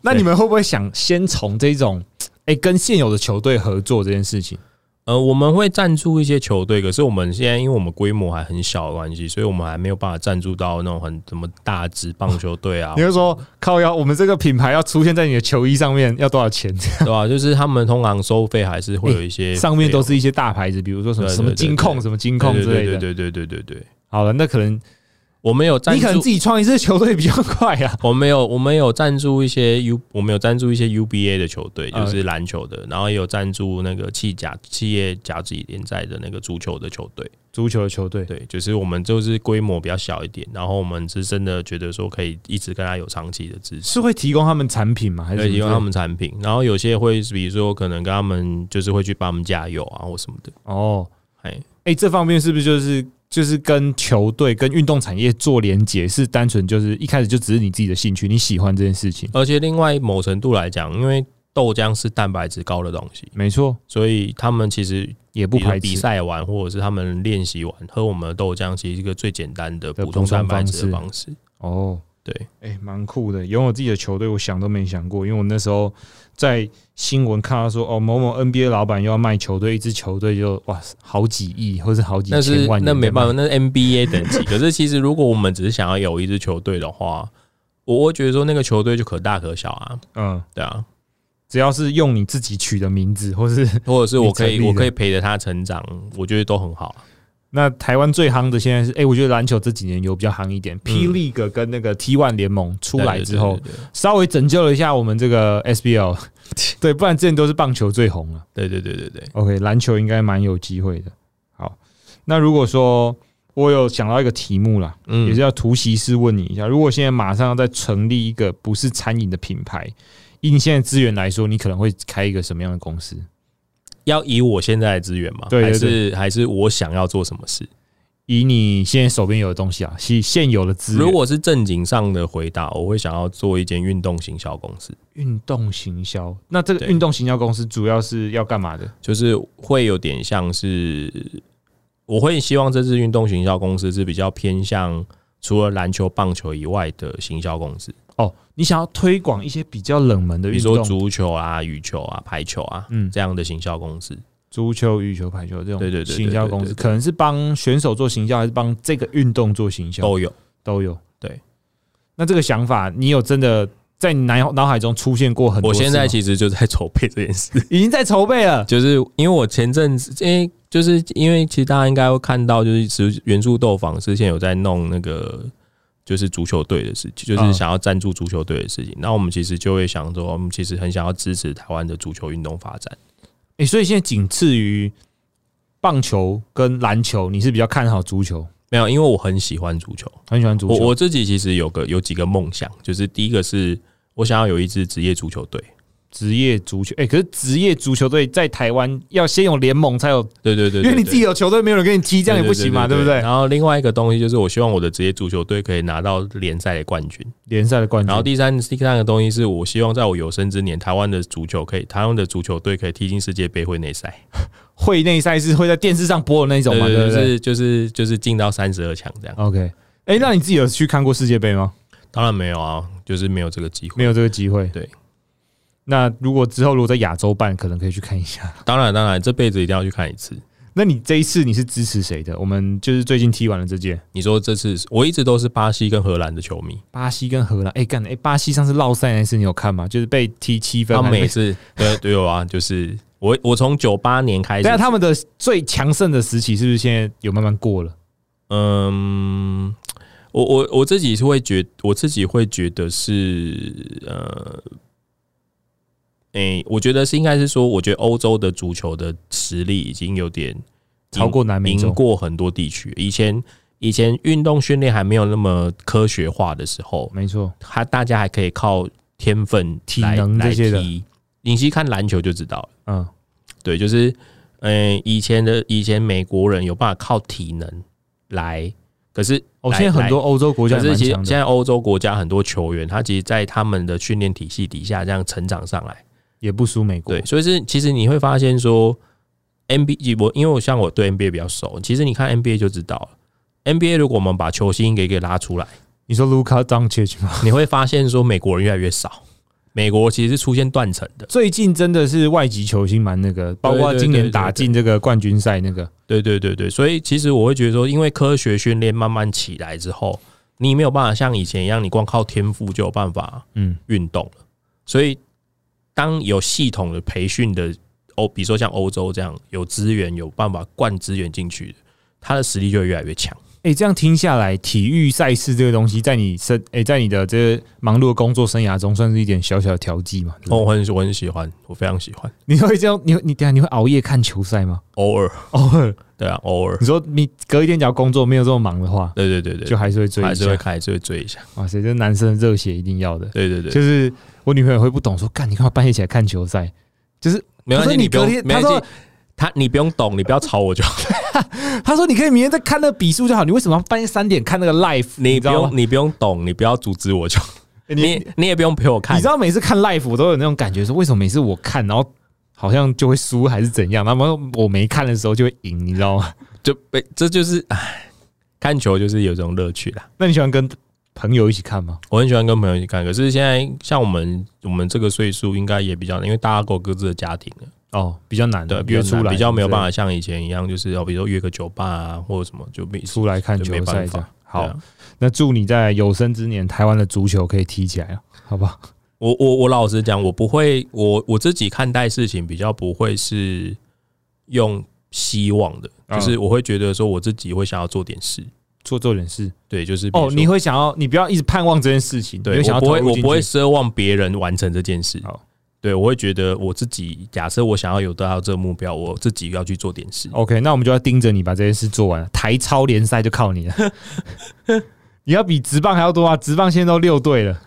Speaker 1: 那你们会不会想先从这种哎、跟现有的球队合作这件事情？
Speaker 2: 呃，我们会赞助一些球队，可是我们现在因为我们规模还很小的关系，所以我们还没有办法赞助到那种很什么大职棒球队啊
Speaker 1: 你，就说靠腰，我们这个品牌要出现在你的球衣上面要多少钱？
Speaker 2: 对吧、就是他们通常收费还是会有一些费用，
Speaker 1: 上面都是一些大牌子，比如说什么
Speaker 2: 对对
Speaker 1: 什么
Speaker 2: 对
Speaker 1: 金控、
Speaker 2: 对
Speaker 1: 什么金
Speaker 2: 对
Speaker 1: 控
Speaker 2: 对
Speaker 1: 之类
Speaker 2: 对
Speaker 1: 的。
Speaker 2: 对对对对对对，
Speaker 1: 好了，那可能
Speaker 2: 我们有赞
Speaker 1: 你可能
Speaker 2: 助
Speaker 1: 自，己创一支球队比较快 啊。
Speaker 2: 我们有我们有赞助一些 U，我们有赞助一些 UBA 的球队，就
Speaker 1: 呃
Speaker 2: 是篮球的，然后也有赞助那个企甲企业甲级联赛的那个足球的球队。
Speaker 1: 足球的球队，
Speaker 2: 对，就是我们就是规模比较小一点，然后我们是真的觉得说可以一直跟他有长期的支持，
Speaker 1: 是会提供他们产品吗？还是
Speaker 2: 对，提
Speaker 1: 什
Speaker 2: 供
Speaker 1: 么
Speaker 2: 他们产品，然后有些会比如说可能跟他们就是会去帮他们加油啊或什么的，
Speaker 1: 哦？
Speaker 2: 哎，
Speaker 1: 哎、这方面是不是就是就是跟球队、跟运动产业做连接？是单纯就是一开始就只是你自己的兴趣，你喜欢这件事情，
Speaker 2: 而且另外某程度来讲，因为豆浆是蛋白质高的东西，
Speaker 1: 没错，
Speaker 2: 所以他们其实
Speaker 1: 也
Speaker 2: 比
Speaker 1: 不
Speaker 2: 如说
Speaker 1: 排
Speaker 2: 比
Speaker 1: 斥。
Speaker 2: 赛完或者是他们练习完喝我们的豆浆，其实是一个最简单的
Speaker 1: 的
Speaker 2: 补充
Speaker 1: 补充
Speaker 2: 蛋白质的
Speaker 1: 方
Speaker 2: 方式。
Speaker 1: 哦，
Speaker 2: 对，
Speaker 1: 哎、蛮酷的，拥有自己的球队，我想都没想过，因为我那时候在新闻看到说，哦，某某 NBA 老板又要卖球队，一支球队就哇好几亿，或是好几
Speaker 2: 那
Speaker 1: 千
Speaker 2: 是
Speaker 1: 万元
Speaker 2: 那没办法，
Speaker 1: 法，
Speaker 2: 那是 NBA 等级。可是其实如果我们只是想要有一支球队的话，我会觉得说那个球队就可大可小啊，
Speaker 1: 嗯，
Speaker 2: 对啊，
Speaker 1: 只要是用你自己取的名字，或是
Speaker 2: 或者是我可
Speaker 1: 你
Speaker 2: 以
Speaker 1: 成立的
Speaker 2: 我可以陪着他成长，我觉得都很好。啊
Speaker 1: 那台湾最夯的现在是，哎、我觉得篮球这几年有比较夯一点，P
Speaker 2: 嗯
Speaker 1: League 跟那个 T One 联盟出来之后，稍微拯救了一下我们这个 SBL，对，不然之前都是棒球最红啊了。
Speaker 2: 对，对对对对对对，
Speaker 1: OK，篮球应该蛮有机会的。好，那如果说我有想到一个题目啦，
Speaker 2: 嗯，
Speaker 1: 也是要突袭式问你一下，如果现在马上要再成立一个不是餐饮的品牌，以你现在资源来说，你可能会开一个什么样的公司？
Speaker 2: 要以我现在的资源嘛，
Speaker 1: 对对
Speaker 2: 还是还是我想要做什么事？
Speaker 1: 以你现在手边有的东西啊，是现有的资源，
Speaker 2: 如果是正经上的回答，我会想要做一间运动行销公司，
Speaker 1: 运动行销，那这个
Speaker 2: 对
Speaker 1: 运动行销公司主要是要干嘛的？
Speaker 2: 就是会有点像是，我会希望这支运动行销公司是比较偏向除了篮球、棒球以外的行销公司，
Speaker 1: 哦，你想要推广一些比较冷门的
Speaker 2: 比如
Speaker 1: 运
Speaker 2: 说
Speaker 1: 动，
Speaker 2: 足球啊、羽球啊、排球啊，
Speaker 1: 嗯
Speaker 2: 这样的行销公司。
Speaker 1: 足球、羽球、排球这种
Speaker 2: 对对对对
Speaker 1: 行销公
Speaker 2: 对
Speaker 1: 司，
Speaker 2: 对对
Speaker 1: 可能是帮选手做行销，还是帮这个运动做行销，
Speaker 2: 都有。
Speaker 1: 都有。
Speaker 2: 对，
Speaker 1: 那这个想法你有真的在你脑脑海中出现过很多
Speaker 2: 我
Speaker 1: 次吗。
Speaker 2: 现在其实就在筹备这件事，
Speaker 1: 已经在筹备了，
Speaker 2: 就是因为我前阵子，因为就是因为其实大家应该会看到，就是其实元素豆坊之前有在弄那个就是足球队的事情，就是
Speaker 1: 嗯
Speaker 2: 想要赞助足球队的事情。那我们其实就会想说，我们其实很想要支持台湾的足球运动发展。
Speaker 1: 诶、所以现在仅次于棒球跟篮球，你是比较看好足球，
Speaker 2: 没有，因为我很喜欢足球，
Speaker 1: 很喜欢足
Speaker 2: 我
Speaker 1: 球。
Speaker 2: 我自己其实有个有几个梦想，就是第一个是我想要有一支职业足球队，
Speaker 1: 职业足球，诶、可是职业足球队在台湾要先有联盟才有，
Speaker 2: 对对对
Speaker 1: 因为你
Speaker 2: 对
Speaker 1: 自己有球队，没有人跟你踢，这样也不行嘛，对不对？
Speaker 2: 然后另外一个东西就是，我希望我的职业足球队可以拿到联赛的冠军。
Speaker 1: 联赛的冠军，
Speaker 2: 然后第三第三个东西是我希望在我有生之年，台湾的足球可以，台湾的足球队可以踢进世界杯会内赛，
Speaker 1: 会内赛是会在电视上播的那种嘛，
Speaker 2: 对
Speaker 1: 对
Speaker 2: 对
Speaker 1: 不
Speaker 2: 就
Speaker 1: 对
Speaker 2: 是就是就是进到三十二强这样。
Speaker 1: ？OK，诶、那你自己有去看过世界杯吗？
Speaker 2: 当然没有啊，就是没有这个机会。
Speaker 1: 没有这个机会。
Speaker 2: 对。
Speaker 1: 那如果之后如果在亚洲办，可能可以去看一下。
Speaker 2: 当然当然，这辈子一定要去看一次。
Speaker 1: 那你这一次你是支持谁的？我们就是最近踢完了这届
Speaker 2: 你说这次我一直都是巴西跟荷兰的球迷，
Speaker 1: 巴西跟荷兰。哎、干，哎、巴西上次落赛那次你有看吗？就是被踢七分
Speaker 2: 他
Speaker 1: 还是被，
Speaker 2: 每次对对有啊，就是我我从九八年开始
Speaker 1: 但，啊他们的最强盛的时期是不是现在有慢慢过了？
Speaker 2: 嗯，我我我自己是会觉，我自己会觉得是呃，诶、我觉得是应该是说，我觉得欧洲的足球的实力已经有点
Speaker 1: 超过南美
Speaker 2: 赢
Speaker 1: 洲，
Speaker 2: 过很多地区。以前以前运动训练还没有那么科学化的时候，
Speaker 1: 没错，
Speaker 2: 还大家还可以靠天分、
Speaker 1: 体
Speaker 2: 来
Speaker 1: 能
Speaker 2: 来
Speaker 1: 这些的
Speaker 2: 踢。你去看篮球就知道了。
Speaker 1: 嗯，
Speaker 2: 对，就是嗯、呃以前的以前美国人有办法靠体能来，可是
Speaker 1: 哦，
Speaker 2: 来
Speaker 1: 现在很多欧洲国家
Speaker 2: 可
Speaker 1: 也
Speaker 2: 是
Speaker 1: 蛮
Speaker 2: 其实
Speaker 1: 强
Speaker 2: 现
Speaker 1: 的，
Speaker 2: 在欧洲国家很多球员，他其实，在他们的训练体系底下这样成长上来，
Speaker 1: 也不输美国
Speaker 2: 对，。所以是其实你会发现说，NBA 我因为我像我对 NBA 比较熟，其实你看 NBA 就知道了。NBA 如果我们把球星给给拉出来，
Speaker 1: 你说卢卡·当切奇吗？
Speaker 2: 你会发现说美国人越来越少，美国其实是出现断层的。
Speaker 1: 最近真的是外籍球星蛮那个，包括
Speaker 2: 对对
Speaker 1: 今
Speaker 2: 对
Speaker 1: 年
Speaker 2: 对
Speaker 1: 打进这个冠军赛那个，
Speaker 2: 对对对对，所以其实我会觉得说，因为科学训练慢慢起来之后，你没有办法像以前一样，你光靠天赋就有办法
Speaker 1: 嗯，
Speaker 2: 运动了。所以当有系统的培训的欧，比如说像欧洲这样有资源、有办法灌资源进去的，他的实力就会越来越强。
Speaker 1: 哎、这样听下来，体育赛事这个东西，在你生哎、在你的这个忙碌的工作生涯中，算是一点小小的调剂嘛？
Speaker 2: 哦，
Speaker 1: 哦，
Speaker 2: 我很喜我很喜欢，我非常喜欢。
Speaker 1: 你会这样？你你等一下你会熬夜看球赛 吗？
Speaker 2: 偶尔，
Speaker 1: 偶尔，
Speaker 2: 对啊，偶尔，
Speaker 1: 你说你隔一天只要工作没有这么忙的话，
Speaker 2: 对对对对，
Speaker 1: 就还是会追
Speaker 2: 还
Speaker 1: 一
Speaker 2: 是会
Speaker 1: 下。
Speaker 2: 看，还是会追一下。
Speaker 1: 哇塞，这男生的热血一定要的。
Speaker 2: 对对对，
Speaker 1: 就是我女朋友会不懂说，干你干嘛半夜起来看球赛？
Speaker 2: 没关
Speaker 1: 她说
Speaker 2: 系，你
Speaker 1: 你
Speaker 2: 不
Speaker 1: 隔
Speaker 2: 用
Speaker 1: 天，
Speaker 2: 没
Speaker 1: 她
Speaker 2: 关
Speaker 1: 说
Speaker 2: 系。他，你不用懂，你不要吵我就好。
Speaker 1: 她说你可以明天再看那个比数就好，你为什么要半夜三点看那个 live？
Speaker 2: 你
Speaker 1: 知
Speaker 2: 不
Speaker 1: 道吗
Speaker 2: 用，你不用懂，你不要阻止我就好。
Speaker 1: 你
Speaker 2: 哎你你也不用陪我
Speaker 1: 你
Speaker 2: 看
Speaker 1: 知，道每次看 live 我都有那种感觉，说为什么每次我看，然后好像就会输还是怎样？那么我没看的时候就会赢，你知道吗？
Speaker 2: 就被这就是唉，看球就是有这种乐趣啦。
Speaker 1: 那你喜欢跟朋友一起看吗？
Speaker 2: 我很喜欢跟朋友一起看，可是现在像我们我们这个岁数，应该也比较，因为大家各有各自的家庭了，
Speaker 1: 哦，比较难，
Speaker 2: 对，比较
Speaker 1: 约出
Speaker 2: 难
Speaker 1: 来
Speaker 2: 比较没有办法
Speaker 1: 法
Speaker 2: 像以前一样，就是哦，比如说约个酒吧啊，或者什么就比
Speaker 1: 出来看
Speaker 2: 就
Speaker 1: 球
Speaker 2: 没
Speaker 1: 赛
Speaker 2: 办
Speaker 1: 这样
Speaker 2: 法。。
Speaker 1: 好，
Speaker 2: 对啊
Speaker 1: 那祝你在有生之年，台湾的足球可以踢起来啊，好不好？
Speaker 2: 我我我老实讲，我不会，我我自己看待事情比较不会是用希望的，
Speaker 1: 嗯
Speaker 2: 就是我会觉得说我自己会想要 做点事，
Speaker 1: 做做点事
Speaker 2: 对，就是比如
Speaker 1: 哦，
Speaker 2: 说
Speaker 1: 你会想要，你不要一直盼望这件事情，
Speaker 2: 对
Speaker 1: 你想要
Speaker 2: 我不会，
Speaker 1: 投入
Speaker 2: 我
Speaker 1: 进
Speaker 2: 不会
Speaker 1: 去
Speaker 2: 奢望别人完成这件事
Speaker 1: 好。
Speaker 2: 对，我会觉得我自己，假设我想要有得到这个目标，我自己要去做点事。
Speaker 1: OK，那我们就要盯着你把这件事做完了。台超联赛就靠你了， 你要比职棒还要多啊！职棒现在都六队了。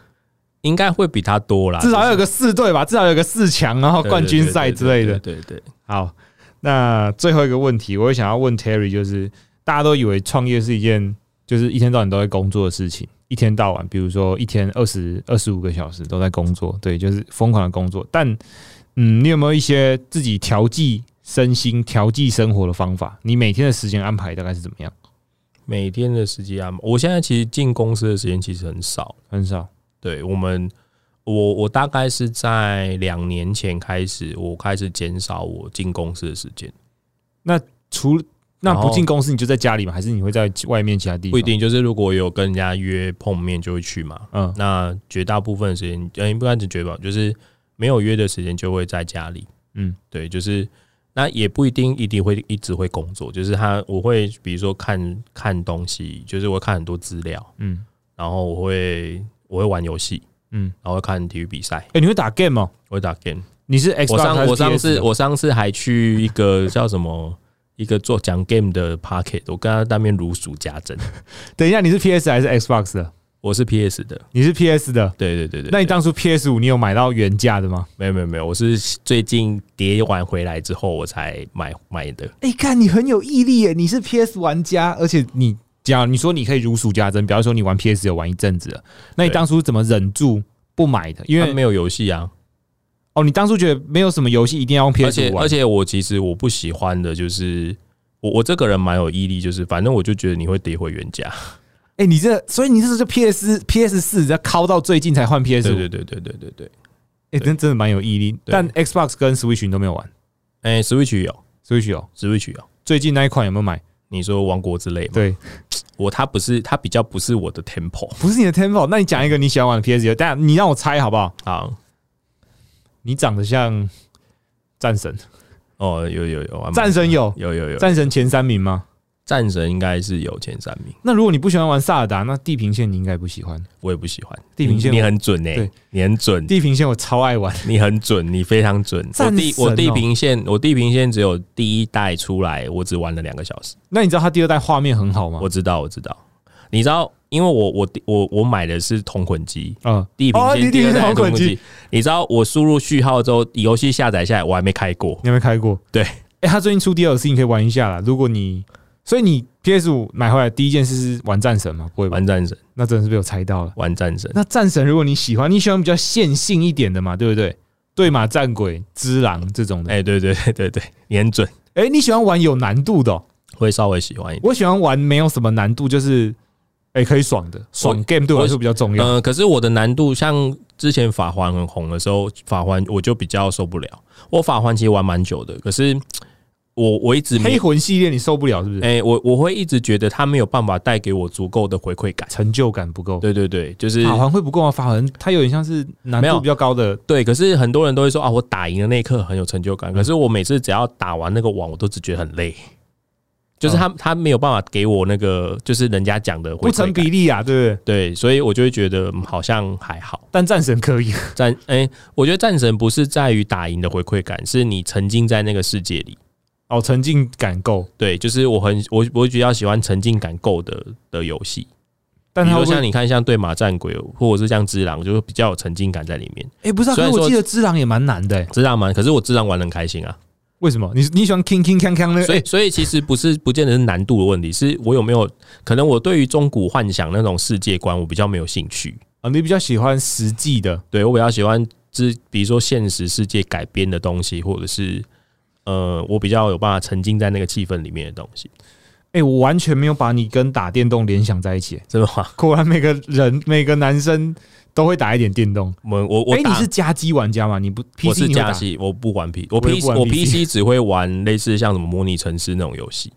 Speaker 2: 应该会比他多啦，
Speaker 1: 至少要有
Speaker 2: 啊就是
Speaker 1: 个四队吧，至少有个四强，然后冠军赛之类的。
Speaker 2: 对对对对对对
Speaker 1: 好，那最后一个问题，我也想要问 Terry，就是大家都以为创业是一件就是一天到晚都在工作的事情，一天到晚，比如说一天二十二十五个小时都在工作，对，就是疯狂的工作。但嗯，你有没有一些自己调剂身心、调剂生活的方法？你每天的时间安排大概是怎么样？
Speaker 2: 每天的时间安排，我现在其实进公司的时间其实很少。
Speaker 1: 很少，
Speaker 2: 对我们，我我大概是在两年前开始，我开始减少我进公司的时间。
Speaker 1: 除那
Speaker 2: 然后
Speaker 1: 不进公司你就在家里吗？还是你会在外面其他地方？
Speaker 2: 哦不一，定，就是如果有跟人家约碰面就会去嘛。
Speaker 1: 嗯，
Speaker 2: 那绝大部分的时间，呃，不敢只绝吧，就是没有约的时间就会在家里。
Speaker 1: 嗯，
Speaker 2: 对，就是那也不一定一定会一直会工作，就是他我会比如说看看东西，就是我会看很多资料，
Speaker 1: 嗯
Speaker 2: 然后我会我会玩游戏，
Speaker 1: 嗯。
Speaker 2: 然后会看体育比赛，
Speaker 1: 哎、你会打 game 吗？
Speaker 2: 我会打 game。
Speaker 1: 你是
Speaker 2: 我
Speaker 1: Xbox 还是
Speaker 2: 上我上
Speaker 1: PS
Speaker 2: 次
Speaker 1: 的
Speaker 2: 我上次还去一 个叫什么一个做讲 game 的 pocket，我跟他当面如数家珍。
Speaker 1: 等一下，你是 PS 还是 Xbox 的？
Speaker 2: 我是 PS 的，
Speaker 1: 你是 PS 的，
Speaker 2: 对对对对。
Speaker 1: 那你
Speaker 2: 对
Speaker 1: 当初 PS 五你有买到原价的吗？
Speaker 2: 没有没有没有，我是最近叠完回来之后我才买买的。
Speaker 1: 哎、看你很有毅力耶！你是 PS 玩家，而且你讲你说你可以如数家珍，比方说你玩 PS 有玩一阵子了，那你
Speaker 2: 对
Speaker 1: 当初怎么忍住不买的？因
Speaker 2: 因
Speaker 1: 为
Speaker 2: 为没有游戏啊，
Speaker 1: 哦，你当初觉得没有什么游戏一定要用
Speaker 2: 而
Speaker 1: PS
Speaker 2: 且
Speaker 1: 五玩，
Speaker 2: 而且我其实我不喜欢的就是我我这个人蛮有毅力，就是反正我就觉得你会跌回原价。
Speaker 1: 哎、你这所以你这是 PS PS 四要敲到最近才换 PS
Speaker 2: 对
Speaker 1: 五，
Speaker 2: 对对对对对对。
Speaker 1: 哎、真真的蛮有毅力。
Speaker 2: 对
Speaker 1: 但 Xbox 跟 Switch 你都没有玩
Speaker 2: 哎，Switch 有
Speaker 1: ，Switch 有
Speaker 2: ，Switch 有。
Speaker 1: 最近那一款有没有买？
Speaker 2: 你说王国之类嘛？
Speaker 1: 对，
Speaker 2: 我它不是，它比较不是我的 tempo
Speaker 1: 不是你的 Temple，那你讲一个你喜欢玩的 PS 游，但你让我猜好不好？
Speaker 2: 啊。
Speaker 1: 你长得像战神，
Speaker 2: 哦，有有有，还蛮
Speaker 1: 战神有
Speaker 2: 有有有战
Speaker 1: 战神前三名吗？
Speaker 2: 战神应该是有前三名，
Speaker 1: 那如果你不喜欢玩萨尔达，那地平线你应该不喜欢。
Speaker 2: 我也不喜欢。
Speaker 1: 地平线
Speaker 2: 你你
Speaker 1: 我
Speaker 2: 很准哎、
Speaker 1: 对
Speaker 2: 你很准，
Speaker 1: 地平线我超爱玩，
Speaker 2: 你很准，你非常准。我
Speaker 1: 战
Speaker 2: 地
Speaker 1: 神哦
Speaker 2: 我地平线，我地平线只有第一代出来，我只玩了两个小时。
Speaker 1: 那你知道它第二代画面很好吗？
Speaker 2: 我知道，我知道。你知道，因为我我我我买的是同捆机，
Speaker 1: 嗯，
Speaker 2: 地平
Speaker 1: 哦你
Speaker 2: 线第二代
Speaker 1: 同
Speaker 2: 的
Speaker 1: 捆
Speaker 2: 同捆
Speaker 1: 机
Speaker 2: 机。你知道我输入序号之后，游戏下载下来我还没开过。
Speaker 1: 你有没有开过？
Speaker 2: 对
Speaker 1: 哎、它最近出 DLC，你可以玩一下啦。如果你，所以你 PS 五买回来第一件事是玩战神吗？不会吧？
Speaker 2: 玩战神，
Speaker 1: 那真的是被我猜到了。
Speaker 2: 玩战神，
Speaker 1: 那战神，如果你喜欢，你喜欢比较线性一点的嘛，对不对？对马战鬼、之狼这种的。哎、
Speaker 2: 哎、对对对对对，你很准，
Speaker 1: 你喜欢玩有难度的哦、
Speaker 2: 会稍微喜欢一点。
Speaker 1: 我喜欢玩没有什么难度，就是哎、可以爽的，爽 game 对我来说比较重要。
Speaker 2: 呃，可是我的难度，像之前法环很红的时候，法环我就比较受不了。我法环其实玩蛮久的，可是我我一直没
Speaker 1: 黑，魂系列你受不了是不是？
Speaker 2: 哎、我我会一直觉得它没有办法带给我足够的回馈感。
Speaker 1: 成就感不够。
Speaker 2: 对对对，就是
Speaker 1: 法环会不够啊，法环它有点像是难
Speaker 2: 没
Speaker 1: 度
Speaker 2: 有
Speaker 1: 比较高的，
Speaker 2: 对。可是很多人都会说啊，我打赢的那一刻很有成就感。可是我每次只要打完那个网，我都只觉得很累。就是他他没有办法给我那个，就是人家讲的
Speaker 1: 嗯
Speaker 2: 回
Speaker 1: 不
Speaker 2: 馈
Speaker 1: 成
Speaker 2: 感
Speaker 1: 比例啊，对不对？
Speaker 2: 对，所以我就会觉得嗯好像还好。
Speaker 1: 但战神可以，
Speaker 2: 战哎、我觉得战神不是在于打赢的回馈感，是你沉浸在那个世界里。
Speaker 1: 哦，沉浸感够，
Speaker 2: 对，就是我很我我比较喜欢沉浸感够的的游戏，
Speaker 1: 但
Speaker 2: 比
Speaker 1: 它
Speaker 2: 如
Speaker 1: 会不
Speaker 2: 说
Speaker 1: 会
Speaker 2: 像你看像对马战鬼，或者是像只狼，就是比较有沉浸感在里面。
Speaker 1: 哎、不是、啊，可是
Speaker 2: 虽然
Speaker 1: 我
Speaker 2: 说
Speaker 1: 记得之狼也蛮难的、欸，
Speaker 2: 只狼嘛，可是我只狼玩的很开心啊，
Speaker 1: 为什么？你你喜欢 king king 锵锵那个？
Speaker 2: 所以
Speaker 1: 欸
Speaker 2: 所以其实不是不见得是难度的问题，是我有没有可能我对于中古幻想那种世界观我比较没有兴趣，
Speaker 1: 啊，你比较喜欢实际的，
Speaker 2: 对我比较喜欢之比如说现实世界改编的东西，或者是呃我比较有办法沉浸在那个气氛里面的东西。
Speaker 1: 哎、我完全没有把你跟打电动联想在一起、欸
Speaker 2: 真的吗？
Speaker 1: 果然每个人每个男生都会打一点电动。
Speaker 2: 我我我
Speaker 1: 哎、你
Speaker 2: 打
Speaker 1: 是夹击玩家吗？你不 PC
Speaker 2: 我是
Speaker 1: 你会打
Speaker 2: 假戏，我不玩 P，我
Speaker 1: 我也
Speaker 2: P
Speaker 1: 不玩
Speaker 2: 我
Speaker 1: PC
Speaker 2: PC 只会玩类似像什么模拟城市那种游戏。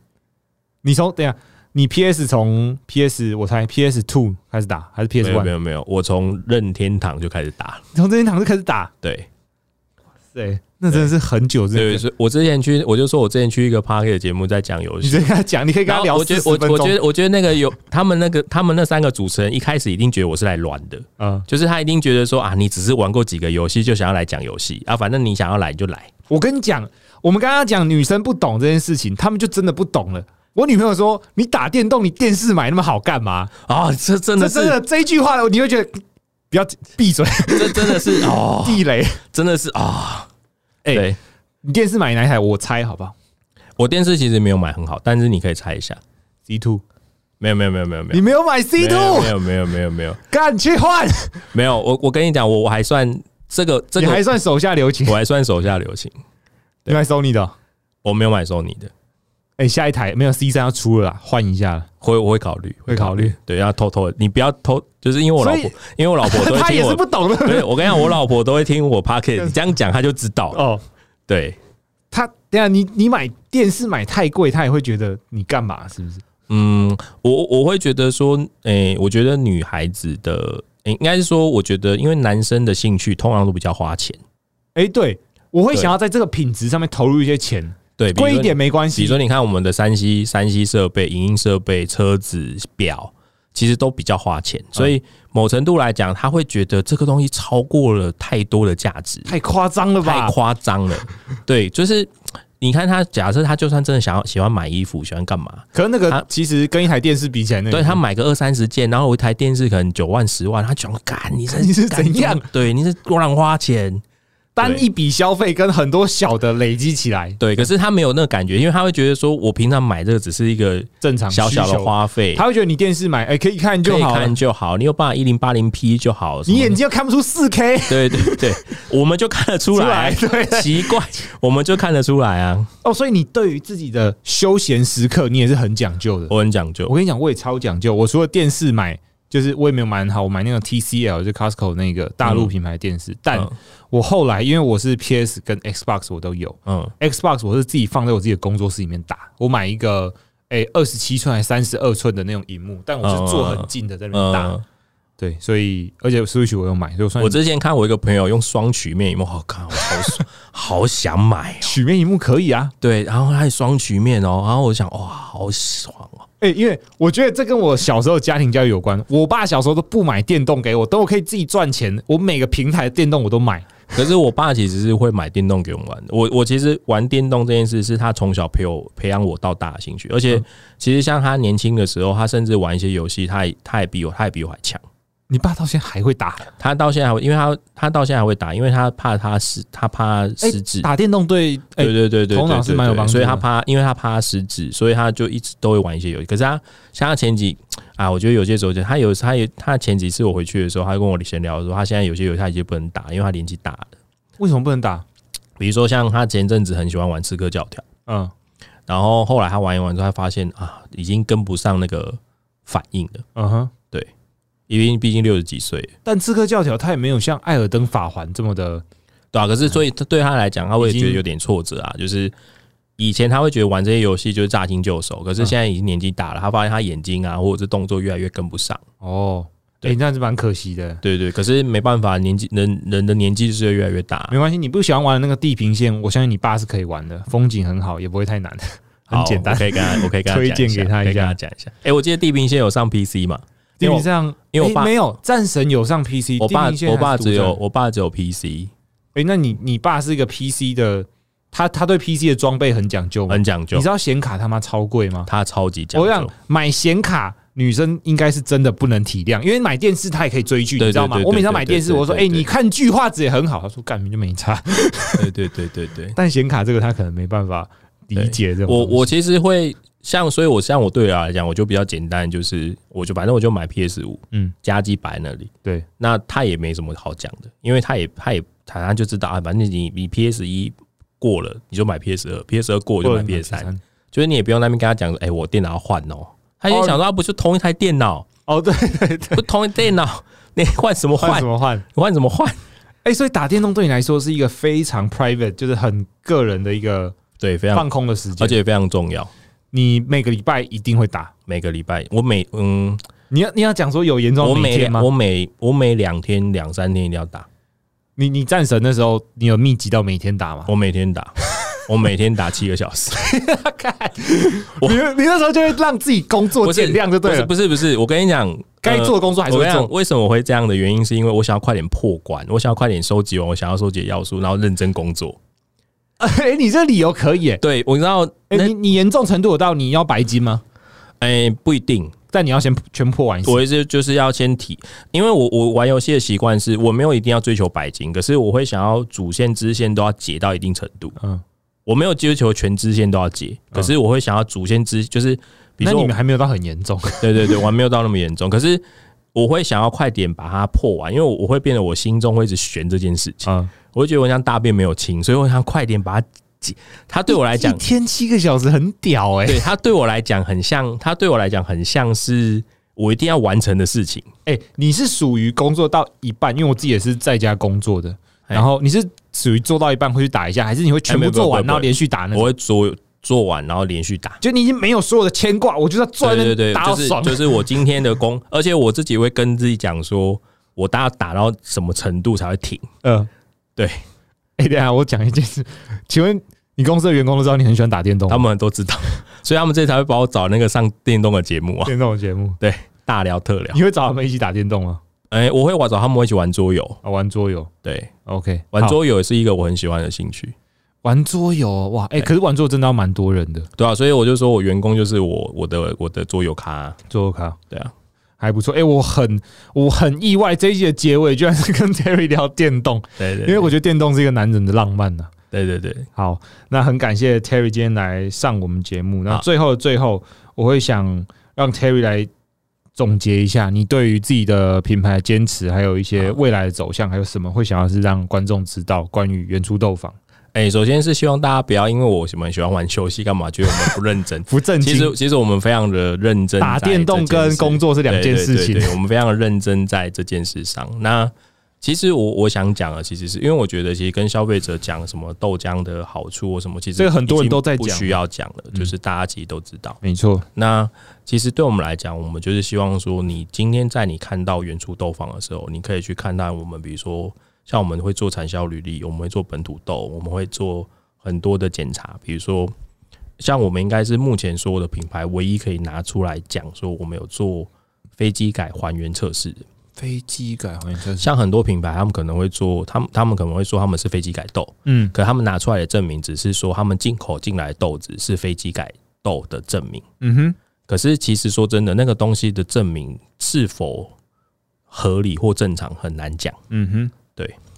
Speaker 1: 你从等一下，你 PS 从 PS 我猜 PS Two 开始打还是
Speaker 2: 没
Speaker 1: PS
Speaker 2: 有没
Speaker 1: One？
Speaker 2: 有没有，我从任天堂就开始打了。
Speaker 1: 从这天堂就开始打，
Speaker 2: 对
Speaker 1: 对，那真的是很久之
Speaker 2: 对，
Speaker 1: 前。
Speaker 2: 所以我之前去，我就说我之前去一个 p a r k 的节目在讲游
Speaker 1: 你
Speaker 2: 戏
Speaker 1: 直接。跟他讲，你可以跟
Speaker 2: 然
Speaker 1: 他
Speaker 2: 后
Speaker 1: 聊
Speaker 2: 我
Speaker 1: 四
Speaker 2: 觉得
Speaker 1: 十
Speaker 2: 我
Speaker 1: 分钟。
Speaker 2: 我觉得我觉得那个有他们那个他们那三个主持人一开始一定觉得我是来乱的，
Speaker 1: 嗯，
Speaker 2: 就是他一定觉得说啊，你只是玩过几个游戏就想要来讲游戏啊，反正你想要来你就来。
Speaker 1: 我跟你讲，我们刚刚讲女生不懂这件事情，她们就真的不懂了。我女朋友说：“你打电动，你电视买那么好干嘛
Speaker 2: 啊、这？”真
Speaker 1: 这
Speaker 2: 的是
Speaker 1: 真的这一句话，你会觉得不要闭嘴，
Speaker 2: 这真的是哦，
Speaker 1: 地雷。
Speaker 2: 真的是啊，
Speaker 1: 哎
Speaker 2: 对
Speaker 1: 你电视买哪一台？我猜好不好
Speaker 2: 我电视其实没有买很好，但是你可以猜一下。
Speaker 1: ？C two，
Speaker 2: 没有没有没有没有没
Speaker 1: 你
Speaker 2: 有
Speaker 1: 没有买 C
Speaker 2: 没有
Speaker 1: two，
Speaker 2: 没有没有没有没有
Speaker 1: 干去换，
Speaker 2: 没有我我跟你讲，我我还算这个这
Speaker 1: 你
Speaker 2: 个
Speaker 1: 还算手下留情
Speaker 2: 我。还算手下留情，
Speaker 1: 你买 Sony 的哦？
Speaker 2: 我没有买 Sony 的，
Speaker 1: 哎，下一台没有 C 三要出了啦，换一下了。
Speaker 2: 会我会考虑
Speaker 1: 会考虑，
Speaker 2: 对，要偷偷的，你不要偷，就是因为我老婆
Speaker 1: 所以，
Speaker 2: 因为我老 婆都
Speaker 1: 她
Speaker 2: 会
Speaker 1: 也
Speaker 2: 听
Speaker 1: 是不
Speaker 2: 我，
Speaker 1: 懂的
Speaker 2: 哦对我跟你讲，我老婆都会听我 Pocket，你这样讲她就知道了，
Speaker 1: 哦。
Speaker 2: 对
Speaker 1: 她哦等一下你你买电视买太贵，他也会觉得你干嘛？是不是？
Speaker 2: 嗯，我我会觉得说，诶、我觉得女孩子的，诶应该是说，我觉得因为男生的兴趣通常都比较花钱，
Speaker 1: 哎、对我会
Speaker 2: 对
Speaker 1: 想要在这个品质上面投入一些钱，
Speaker 2: 对，比如
Speaker 1: 贵
Speaker 2: 说
Speaker 1: 一点没关
Speaker 2: 比
Speaker 1: 系
Speaker 2: 如说，。你看我们的山西山西设备、影音设备、车子、表，其实都比较花钱，所以某程度来讲，他会觉得这个东西超过了太多的价值，
Speaker 1: 太夸张了
Speaker 2: 太
Speaker 1: 吧！
Speaker 2: 夸张 了。对，就是你看他，假设他就算真的想要喜欢买衣服，喜欢干嘛？
Speaker 1: 可是那个
Speaker 2: 他
Speaker 1: 其实跟一台电视比起来，那个
Speaker 2: 对他买个二三十件，然后一台电视可能九万十万，他讲干 你是
Speaker 1: 你是
Speaker 2: 干
Speaker 1: 怎样？
Speaker 2: 对，你是乱花钱。
Speaker 1: 单一笔消费跟很多小的累积起来，
Speaker 2: 对，可是他没有那个感觉，因为他会觉得说，我平常买这个只是一个
Speaker 1: 正常
Speaker 2: 小小
Speaker 1: 需
Speaker 2: 的
Speaker 1: 求，
Speaker 2: 花费，
Speaker 1: 他会觉得你电视买哎、可以看
Speaker 2: 可
Speaker 1: 就
Speaker 2: 以
Speaker 1: 好了
Speaker 2: 看，就好，你有办法一零八零 P 就好。什
Speaker 1: 你
Speaker 2: 么
Speaker 1: 眼睛又看不出四 K
Speaker 2: 对对对，我们就看得
Speaker 1: 出
Speaker 2: 出来啊
Speaker 1: 来，，对
Speaker 2: 奇怪，我们就看得出来啊，
Speaker 1: 哦，所以你对于自己的休闲时刻，你也是很讲究的。
Speaker 2: 我很讲究
Speaker 1: 我。跟你讲，我也超讲究。我除了电视买，就是我也没有买很好，我买那个 TCL，就是 Costco 那个大陆
Speaker 2: 嗯
Speaker 1: 品牌电视。但
Speaker 2: 嗯
Speaker 1: 我后来因为我是 PS 跟 Xbox 我都有
Speaker 2: 嗯
Speaker 1: ，Xbox 我是自己放在我自己的工作室里面打。我买一个诶二十七寸还三十二寸的那种荧幕，但我是坐很近的在那边打。
Speaker 2: 嗯，
Speaker 1: 对，所以而且 Switch 我有买，所以我算
Speaker 2: 我之前看我一个朋友用双曲面屏幕，好看，我好爽 好想买哦。
Speaker 1: 曲面荧幕可以啊。
Speaker 2: 对，然后还有双曲面哦，然后我想，哇，好爽哦。
Speaker 1: 哎、因为我觉得这跟我小时候家庭教育有关。我爸小时候都不买电动给我，等我可以自己赚钱，我每个平台的电动我都买。
Speaker 2: 可是我爸其实是会买电动给我们玩的。我我其实玩电动这件事是他从小培我培养我到大的兴趣，而
Speaker 1: 嗯
Speaker 2: 且其实像他年轻的时候，他甚至玩一些游戏，他也他也比我他也比我还强。
Speaker 1: 你爸到现在还会打？
Speaker 2: 他到现在还会，因为他他到现在还会打，因为他怕他失，他怕
Speaker 1: 哎
Speaker 2: 失智。
Speaker 1: 打电动对，哎、
Speaker 2: 对对对对，
Speaker 1: 头脑
Speaker 2: 对
Speaker 1: 是
Speaker 2: 对
Speaker 1: 蛮有
Speaker 2: 对
Speaker 1: 帮助
Speaker 2: 所以
Speaker 1: 的
Speaker 2: 他怕，因为他怕他失智，所以他就一直都会玩一些游戏。可是他像他前几啊，我觉得有些时候就他有他有他前几次我回去的时候，他跟我闲聊说，他现在有些游戏他已经不能打，因为他年纪大了。
Speaker 1: 为什么不能打？
Speaker 2: 比如说像他前阵子很喜欢玩《刺客教条》，
Speaker 1: 嗯，
Speaker 2: 然后后来他玩一玩之后，他发现啊，已经跟不上那个反应了，
Speaker 1: 嗯哼。
Speaker 2: 因为毕竟六十几岁了，
Speaker 1: 但刺客教条它也没有像艾尔登法环这么的，
Speaker 2: 对啊，可是所以他对他来讲，他
Speaker 1: 嗯
Speaker 2: 会
Speaker 1: 已经
Speaker 2: 觉得有点挫折啊，就是。以前他会觉得玩这些游戏就是驾轻就熟，可
Speaker 1: 嗯
Speaker 2: 是现在已经年纪大了，他发现他眼睛啊或者是动作越来越跟不上。
Speaker 1: 哦，哎、
Speaker 2: 对
Speaker 1: 那是蛮可惜的。
Speaker 2: 对对，可是没办法，年纪人人的年纪就是越来越大
Speaker 1: 没。关系，你不喜欢玩的那个地平线，我相信你爸是可以玩的，风景很好，也不会太难，很
Speaker 2: 好
Speaker 1: 简单
Speaker 2: 我。可以 跟他，我可以跟他
Speaker 1: 推
Speaker 2: 讲
Speaker 1: 荐
Speaker 2: 一下
Speaker 1: 给他一
Speaker 2: 可以跟
Speaker 1: 下
Speaker 2: 他讲一下。哎，我记得地平线有上 PC 嘛？
Speaker 1: 地
Speaker 2: 因为
Speaker 1: 平
Speaker 2: 我
Speaker 1: 上，
Speaker 2: 因为我
Speaker 1: 哎
Speaker 2: 爸
Speaker 1: 没有战神有上 PC，
Speaker 2: 我爸
Speaker 1: 地平线
Speaker 2: 我
Speaker 1: 还
Speaker 2: 爸
Speaker 1: 是独
Speaker 2: 只
Speaker 1: 占
Speaker 2: 有我爸只有 PC，
Speaker 1: 哎、那你你爸是一个 PC 的，他他对 PC 的装备很讲究吗？
Speaker 2: 很讲
Speaker 1: 你
Speaker 2: 究
Speaker 1: 知，道显卡他妈超贵吗？
Speaker 2: 他超级讲
Speaker 1: 我
Speaker 2: 究
Speaker 1: 想。买显卡，女生应该是真的不能体谅，因为买电视她也可以追剧，
Speaker 2: 对
Speaker 1: 你知道吗
Speaker 2: 对？对
Speaker 1: 我每
Speaker 2: 对
Speaker 1: 次
Speaker 2: 对
Speaker 1: 买电视，
Speaker 2: 对对
Speaker 1: 我说：“哎、
Speaker 2: 对对
Speaker 1: 你看剧画质也很好。”他说：“干，你就没差。
Speaker 2: 对对对对对”。
Speaker 1: 但显卡这个他可能没办法理解这种东
Speaker 2: 我
Speaker 1: 西。
Speaker 2: 我其实会像，所以我像我对我来讲，我就比较简单，就是我就反正我就买 PS 五，
Speaker 1: 嗯
Speaker 2: 嗯，加机摆那里，
Speaker 1: 对，
Speaker 2: 那他也没什么好讲的，因为他也他也他他就知道啊，反正你你 PS 一过了，你就买 PS 二，PS 二过
Speaker 1: 我
Speaker 2: 了就买 PS 三，就是你也不用那边跟他讲说，哎、我电脑要换哦，他就想说，啊不是同一台电脑，
Speaker 1: 哦，对对对，
Speaker 2: 不同一电脑， 你换什么
Speaker 1: 换
Speaker 2: 换
Speaker 1: 什？么换？
Speaker 2: 换什么换？
Speaker 1: 哎、所以打电动对你来说是一个非常 private，就是很个人的一个
Speaker 2: 对，非常，
Speaker 1: 放空的时间，
Speaker 2: 而且非常重要。
Speaker 1: 你每个礼拜一定会打。
Speaker 2: 每个礼拜，我每嗯，
Speaker 1: 你要你要讲说有严重
Speaker 2: 我
Speaker 1: 的每
Speaker 2: 每
Speaker 1: 天吗？
Speaker 2: 我每我每两天两三天一定要打。
Speaker 1: 你你战神的时候，你有密集到每天 打吗？
Speaker 2: 我每天打，我每天打七个小时，我
Speaker 1: 你你那时候就会让自己工作
Speaker 2: 不是
Speaker 1: 减量就对了，
Speaker 2: 不是不是不是，我跟你讲，
Speaker 1: 该做的
Speaker 2: 呃
Speaker 1: 工作还是
Speaker 2: 我
Speaker 1: 会
Speaker 2: 跟你讲，
Speaker 1: 做。
Speaker 2: 为什么我会这样的原因，是因为我想要快点破关，我想要快点收集完我想要收集的要素，然后认真工作。
Speaker 1: 哎、你这理由可以、欸，
Speaker 2: 对，我知道，
Speaker 1: 哎、
Speaker 2: 那
Speaker 1: 你你严重程度有到你要白金吗？
Speaker 2: 哎、不一定，
Speaker 1: 但你要先全破完一次。
Speaker 2: 我一直就是要先提，因为我我玩游戏的习惯是我没有一定要追求白金，可是我会想要主线支线都要解到一定程度，
Speaker 1: 嗯，
Speaker 2: 我没有追求全支线都要解，可是我会想要主线支就是，比如
Speaker 1: 那
Speaker 2: 说
Speaker 1: 你
Speaker 2: 我
Speaker 1: 们还没有到很严 重。
Speaker 2: 对对对，我还没有到那么严重，可是我会想要快点把它破完，因为我我会变得我心中会一直悬这件事情，
Speaker 1: 嗯，
Speaker 2: 我会觉得我像大便没有清，所以我想快点把它解。它对我来
Speaker 1: 一
Speaker 2: 讲，
Speaker 1: 天七个小时很屌哎、
Speaker 2: 对它对我来讲很像，它对我来讲很像是我一定要完成的事情。
Speaker 1: 哎、你是属于工作到一半，因为我自己也是在家工作的。
Speaker 2: 哎
Speaker 1: 然后你是属于做到一半会去打一下，还是你会全
Speaker 2: 哎
Speaker 1: 部
Speaker 2: 没不
Speaker 1: 做完
Speaker 2: 不不
Speaker 1: 然后连续打那
Speaker 2: 我
Speaker 1: 种？
Speaker 2: 会做做完，然后连续打。
Speaker 1: 就你已经没有所有的牵挂，我就要坐在那
Speaker 2: 对对对，
Speaker 1: 边打到
Speaker 2: 就是
Speaker 1: 爽。
Speaker 2: 就是我今天的功， 而且我自己会跟自己讲说，我大概打到什么程度才会停。
Speaker 1: 嗯，
Speaker 2: 对。
Speaker 1: 哎、等一下我讲一件事，请问你公司的员工都知道你很喜欢打电动吗？
Speaker 2: 他们都知道，所以他们这才会把我找那个上电动的节目啊，
Speaker 1: 电动的节目，
Speaker 2: 大聊特聊。
Speaker 1: 你会找他们一起打电动吗？
Speaker 2: 哎、我会找他们一起玩桌游，
Speaker 1: 啊，玩桌游
Speaker 2: 对，
Speaker 1: ，OK，
Speaker 2: 玩
Speaker 1: 好
Speaker 2: 桌游也是一个我很喜欢的兴趣，
Speaker 1: 玩桌游哦，哇，哎、可是玩桌游真的要蛮多人的，
Speaker 2: 对啊，所以我就说我员工就是我我的我的桌游咖啊、
Speaker 1: 桌游卡，
Speaker 2: 对啊，
Speaker 1: 还不错。哎、我很我很意外，这一集的结尾居然是跟 Terry 聊电动，
Speaker 2: 对对
Speaker 1: 因为我觉得电动是一个男人的浪漫啊呐、
Speaker 2: 对对对，
Speaker 1: 好，那很感谢 Terry 今天来上我们节目。那
Speaker 2: 好
Speaker 1: 最后的最后，我会想让 Terry 来总结一下你对于自己的品牌的坚持，还有一些
Speaker 2: 好
Speaker 1: 未来的走向，还有什么会想要是让观众知道关于原初豆坊。
Speaker 2: 哎、首先是希望大家不要因为我什么喜欢玩游戏干嘛，觉得我们不认真
Speaker 1: 不正
Speaker 2: 其
Speaker 1: 经
Speaker 2: 实，其实我们非常的认真
Speaker 1: 打
Speaker 2: 在这件事，
Speaker 1: 电动跟工作是两件事
Speaker 2: 对对
Speaker 1: 情
Speaker 2: 对。对我们非常认真在这件事上。那其实我我想讲的，其实是因为我觉得，其实跟消费者讲什么豆浆的好处或什么，其实
Speaker 1: 这个很多人
Speaker 2: 已经
Speaker 1: 都在
Speaker 2: 不
Speaker 1: 讲
Speaker 2: 需要讲了，
Speaker 1: 嗯
Speaker 2: 就是大家其实都知道。
Speaker 1: 没错，
Speaker 2: 那其实对我们来讲，我们就是希望说，你今天在你看到原初豆坊的时候，你可以去看到我们，比如说像我们会做产销履历，我们会做本土豆，我们会做很多的检查，比如说像我们应该是目前所有的品牌唯一可以拿出来讲说，我们有做飞机改还原测试的。
Speaker 1: 飞机改好像
Speaker 2: 像很多品牌，他们可能会做，他们他们可能会说他们是飞机改豆，
Speaker 1: 嗯，
Speaker 2: 可他们拿出来的证明只是说他们进口进来的豆子是飞机改豆的证明。
Speaker 1: 嗯哼，
Speaker 2: 可是其实说真的，那个东西的证明是否合理或正常很难讲。
Speaker 1: 嗯哼，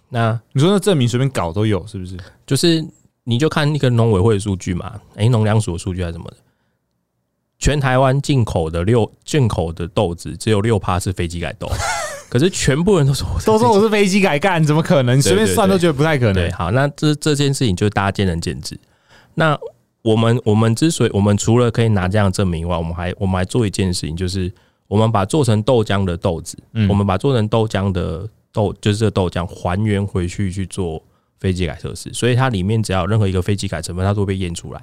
Speaker 2: 那
Speaker 1: 你说那证明随便搞都有，是 不是？
Speaker 2: 就是你就看那个农委会的数据嘛，诶、农粮署的数据还是什么的，全台湾进口的六进口的豆子只有六趴是非机改豆，可是全部人都说我是
Speaker 1: 都说
Speaker 2: 非
Speaker 1: 我是飞机改干，怎么可能？随便算都觉得不太可
Speaker 2: 机对，
Speaker 1: 能。
Speaker 2: 好，那这这件事情就是大家见仁见智。那我们我们之所以我们除了可以拿这样的证明以外，我们还我们还做一件事情，就是我们把做成豆浆的豆子。
Speaker 1: 嗯
Speaker 2: 我们把做成豆浆的豆，就是这个豆浆还原回去去做飞机改测试，所以它里面只要有任何一个飞机改成分，它都会被验出来，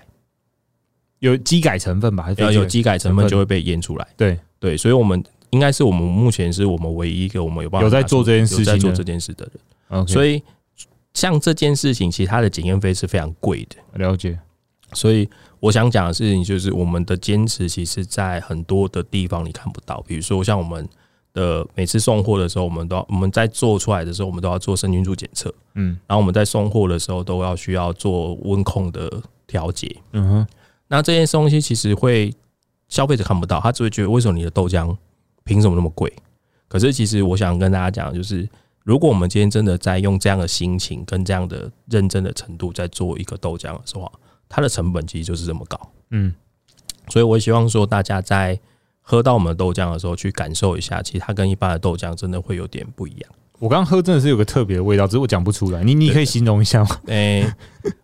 Speaker 1: 有机改成分吧？还是
Speaker 2: 只要
Speaker 1: 飞机
Speaker 2: 有
Speaker 1: 改
Speaker 2: 机改成分就会被验出来。
Speaker 1: 对
Speaker 2: 对，所以我们应该是我们目前是我们唯一一个我们有办法
Speaker 1: 有在
Speaker 2: 拿出
Speaker 1: 做这件事情的
Speaker 2: 有在做这件事的人。
Speaker 1: ，OK，
Speaker 2: 所以像这件事情，其实它的检验费是非常贵的。
Speaker 1: 了解。
Speaker 2: 所以我想讲的事情就是，我们的坚持其实，在很多的地方你看不到，比如说像我们的每次送货的时候，我们都要我们在做出来的时候，我们都要做生菌素检测，
Speaker 1: 嗯
Speaker 2: 然后我们在送货的时候都要需要做温控的调节。
Speaker 1: 嗯哼，
Speaker 2: 那这些东西其实会消费者看不到，他只会觉得为什么你的豆浆凭什么那么贵？可是其实我想跟大家讲，就是如果我们今天真的在用这样的心情跟这样的认真的程度在做一个豆浆的时候啊，它的成本其实就是这么高。
Speaker 1: 嗯，
Speaker 2: 所以我也希望说大家在喝到我们的豆浆的时候，去感受一下，其实它跟一般的豆浆真的会有点不一样。
Speaker 1: 我刚刚喝真的是有个特别的味道，只是我讲不出来。你你可以形容一下吗？
Speaker 2: 诶、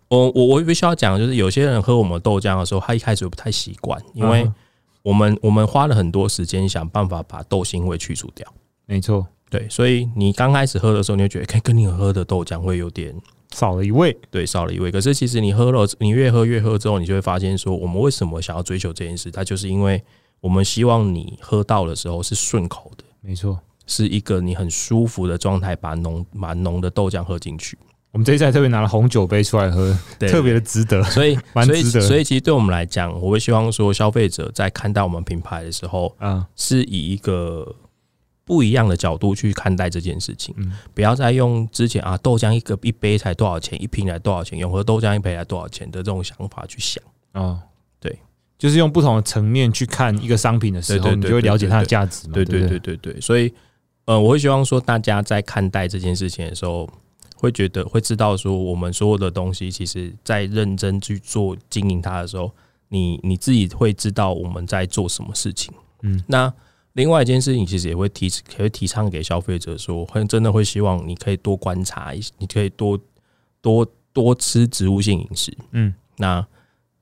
Speaker 2: 我我我必须要讲，就是有些人喝我们的豆浆的时候，他一开始不太习惯，因为
Speaker 1: 嗯
Speaker 2: 我们我们花了很多时间想办法把豆腥味去除掉。
Speaker 1: 没错，
Speaker 2: 对，所以你刚开始喝的时候，你就觉得，哎看跟你喝的豆浆会有点
Speaker 1: 少了一味。
Speaker 2: 对少了一味。可是其实你喝了，你越喝越喝之后，你就会发现说，我们为什么想要追求这件事？它就是因为我们希望你喝到的时候是顺口的，
Speaker 1: 没错，
Speaker 2: 是一个你很舒服的状态，把浓把浓的豆浆喝进去，
Speaker 1: 我们这一赛特别拿了红酒杯出来喝，
Speaker 2: 对
Speaker 1: 特别的值得。
Speaker 2: 所以
Speaker 1: 蛮
Speaker 2: 所以
Speaker 1: 值得
Speaker 2: 所以其实对我们来讲，我会希望说，消费者在看到我们品牌的时候，
Speaker 1: 啊，
Speaker 2: 是以一个不一样的角度去看待这件事情，
Speaker 1: 嗯
Speaker 2: 不要再用之前啊豆浆一个一杯才多少钱，一瓶才多少钱，永和豆浆一杯才多少钱的这种想法去想。
Speaker 1: 哦，
Speaker 2: 对，
Speaker 1: 就是用不同的层面去看一个商品的时候，
Speaker 2: 对对对
Speaker 1: 你就会了解它的价值嘛。
Speaker 2: 对
Speaker 1: 对
Speaker 2: 对
Speaker 1: 不
Speaker 2: 对，对对，所以呃，我会希望说大家在看待这件事情的时候，会觉得会知道说我们所有的东西，其实在认真去做经营它的时候，你你自己会知道我们在做什么事情。
Speaker 1: 嗯，
Speaker 2: 那另外一件事情，其实也会提也会提倡给消费者说，会真的会希望你可以多观察一些，你可以多多多吃植物性饮食。
Speaker 1: 嗯，
Speaker 2: 那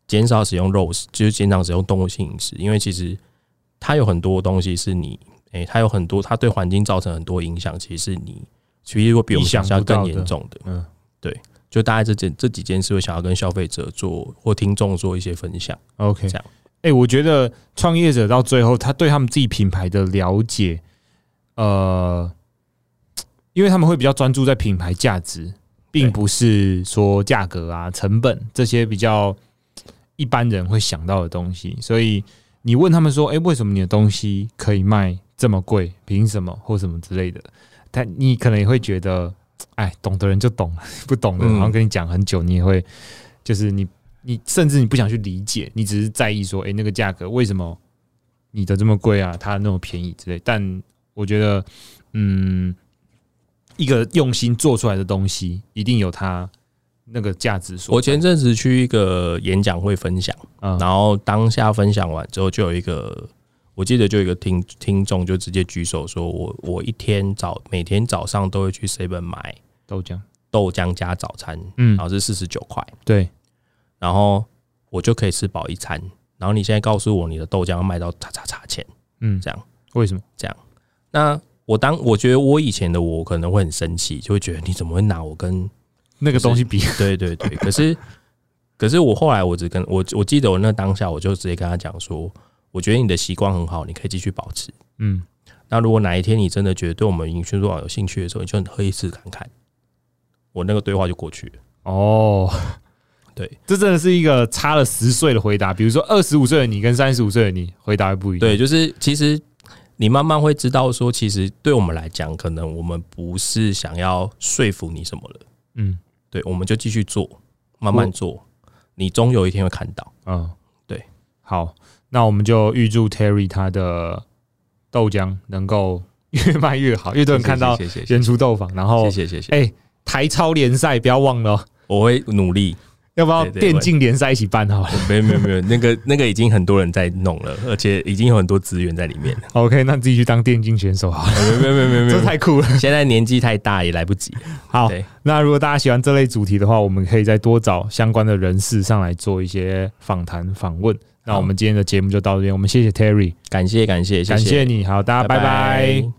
Speaker 2: 减少使用肉食，就是减少使用动物性饮食，因为其实它有很多东西是你，诶、它有很多，它对环境造成很多影响，其实是你其实会比我们
Speaker 1: 意想
Speaker 2: 想
Speaker 1: 不
Speaker 2: 象更
Speaker 1: 到的
Speaker 2: 严重的。
Speaker 1: 嗯，
Speaker 2: 就大概这件这几件事，会想要跟消费者做或听众做一些分享。
Speaker 1: OK，
Speaker 2: 这样
Speaker 1: 哎、我觉得创业者到最后，他对他们自己品牌的了解，呃，因为他们会比较专注在品牌价值，并
Speaker 2: 对
Speaker 1: 不是说价格啊、成本这些比较一般人会想到的东西。所以你问他们说：“哎、为什么你的东西可以卖这么贵？凭什么？或什么之类的？”但你可能也会觉得，哎，懂的人就懂，不懂的人
Speaker 2: 嗯
Speaker 1: 好像跟你讲很久，你也会就是你你甚至你不想去理解，你只是在意说，哎、那个价格为什么你的这么贵啊，它那么便宜之类。但我觉得，嗯，一个用心做出来的东西，一定有它那个价值所在。
Speaker 2: 我前阵子去一个演讲会分享，
Speaker 1: 嗯
Speaker 2: 然后当下分享完之后，就有一个我记得就有一个听听众就直接举手说我我一天早每天早上都会去 seven 买
Speaker 1: 豆浆，
Speaker 2: 豆浆加早餐，
Speaker 1: 嗯
Speaker 2: 然，后是四十九块，
Speaker 1: 对，
Speaker 2: 然后我就可以吃饱一餐。然后你现在告诉我你的豆浆要卖到叉叉叉钱，
Speaker 1: 嗯，
Speaker 2: 这样
Speaker 1: 为什么？
Speaker 2: 那我当我觉得我以前的我可能会很生气，就会觉得你怎么会拿我跟
Speaker 1: 那个东西比，
Speaker 2: 对对对，可是可是我后来我只跟我我记得我那当下我就直接跟他讲说，我觉得你的习惯很好，你可以继续保持。
Speaker 1: 嗯，
Speaker 2: 那如果哪一天你真的觉得对我们营训做法哦有兴趣的时候，你就喝一次看看。我那个对话就过去了。
Speaker 1: 哦，
Speaker 2: 对，
Speaker 1: 这真的是一个差了十岁的回答。比如说，二十五岁的你跟三十五岁的你回答会不一样。
Speaker 2: 对，，就是其实你慢慢会知道说，其实对我们来讲，可能我们不是想要说服你什么了，
Speaker 1: 嗯，
Speaker 2: 对，我们就继续做，慢慢做，你终有一天会看到。
Speaker 1: 嗯，
Speaker 2: 对，
Speaker 1: 好，那我们就预祝 Terry 他的豆浆能够越卖越好，越多人看到
Speaker 2: 谢谢谢
Speaker 1: 原出豆坊，然后
Speaker 2: 谢谢谢谢，
Speaker 1: 哎、台超联赛不要忘了哦，
Speaker 2: 我会努力。
Speaker 1: 要不要
Speaker 2: 对对
Speaker 1: 电竞联赛一起办好了
Speaker 2: 没有没有 没有，那个那个已经很多人在弄了，而且已经有很多资源在里面。
Speaker 1: ？OK，那自己去当电竞选手好了，
Speaker 2: 没有没有没有没有没
Speaker 1: 这
Speaker 2: 有，
Speaker 1: 太酷了。
Speaker 2: 现在年纪太大也来不及。
Speaker 1: 好
Speaker 2: 对，
Speaker 1: 那如果大家喜欢这类主题的话，我们可以再多找相关的人士上来做一些访谈访问。那我们今天的节目就到这边，我们谢谢 Terry，
Speaker 2: 感谢感谢，
Speaker 1: 感谢你，好，大家拜拜
Speaker 2: 拜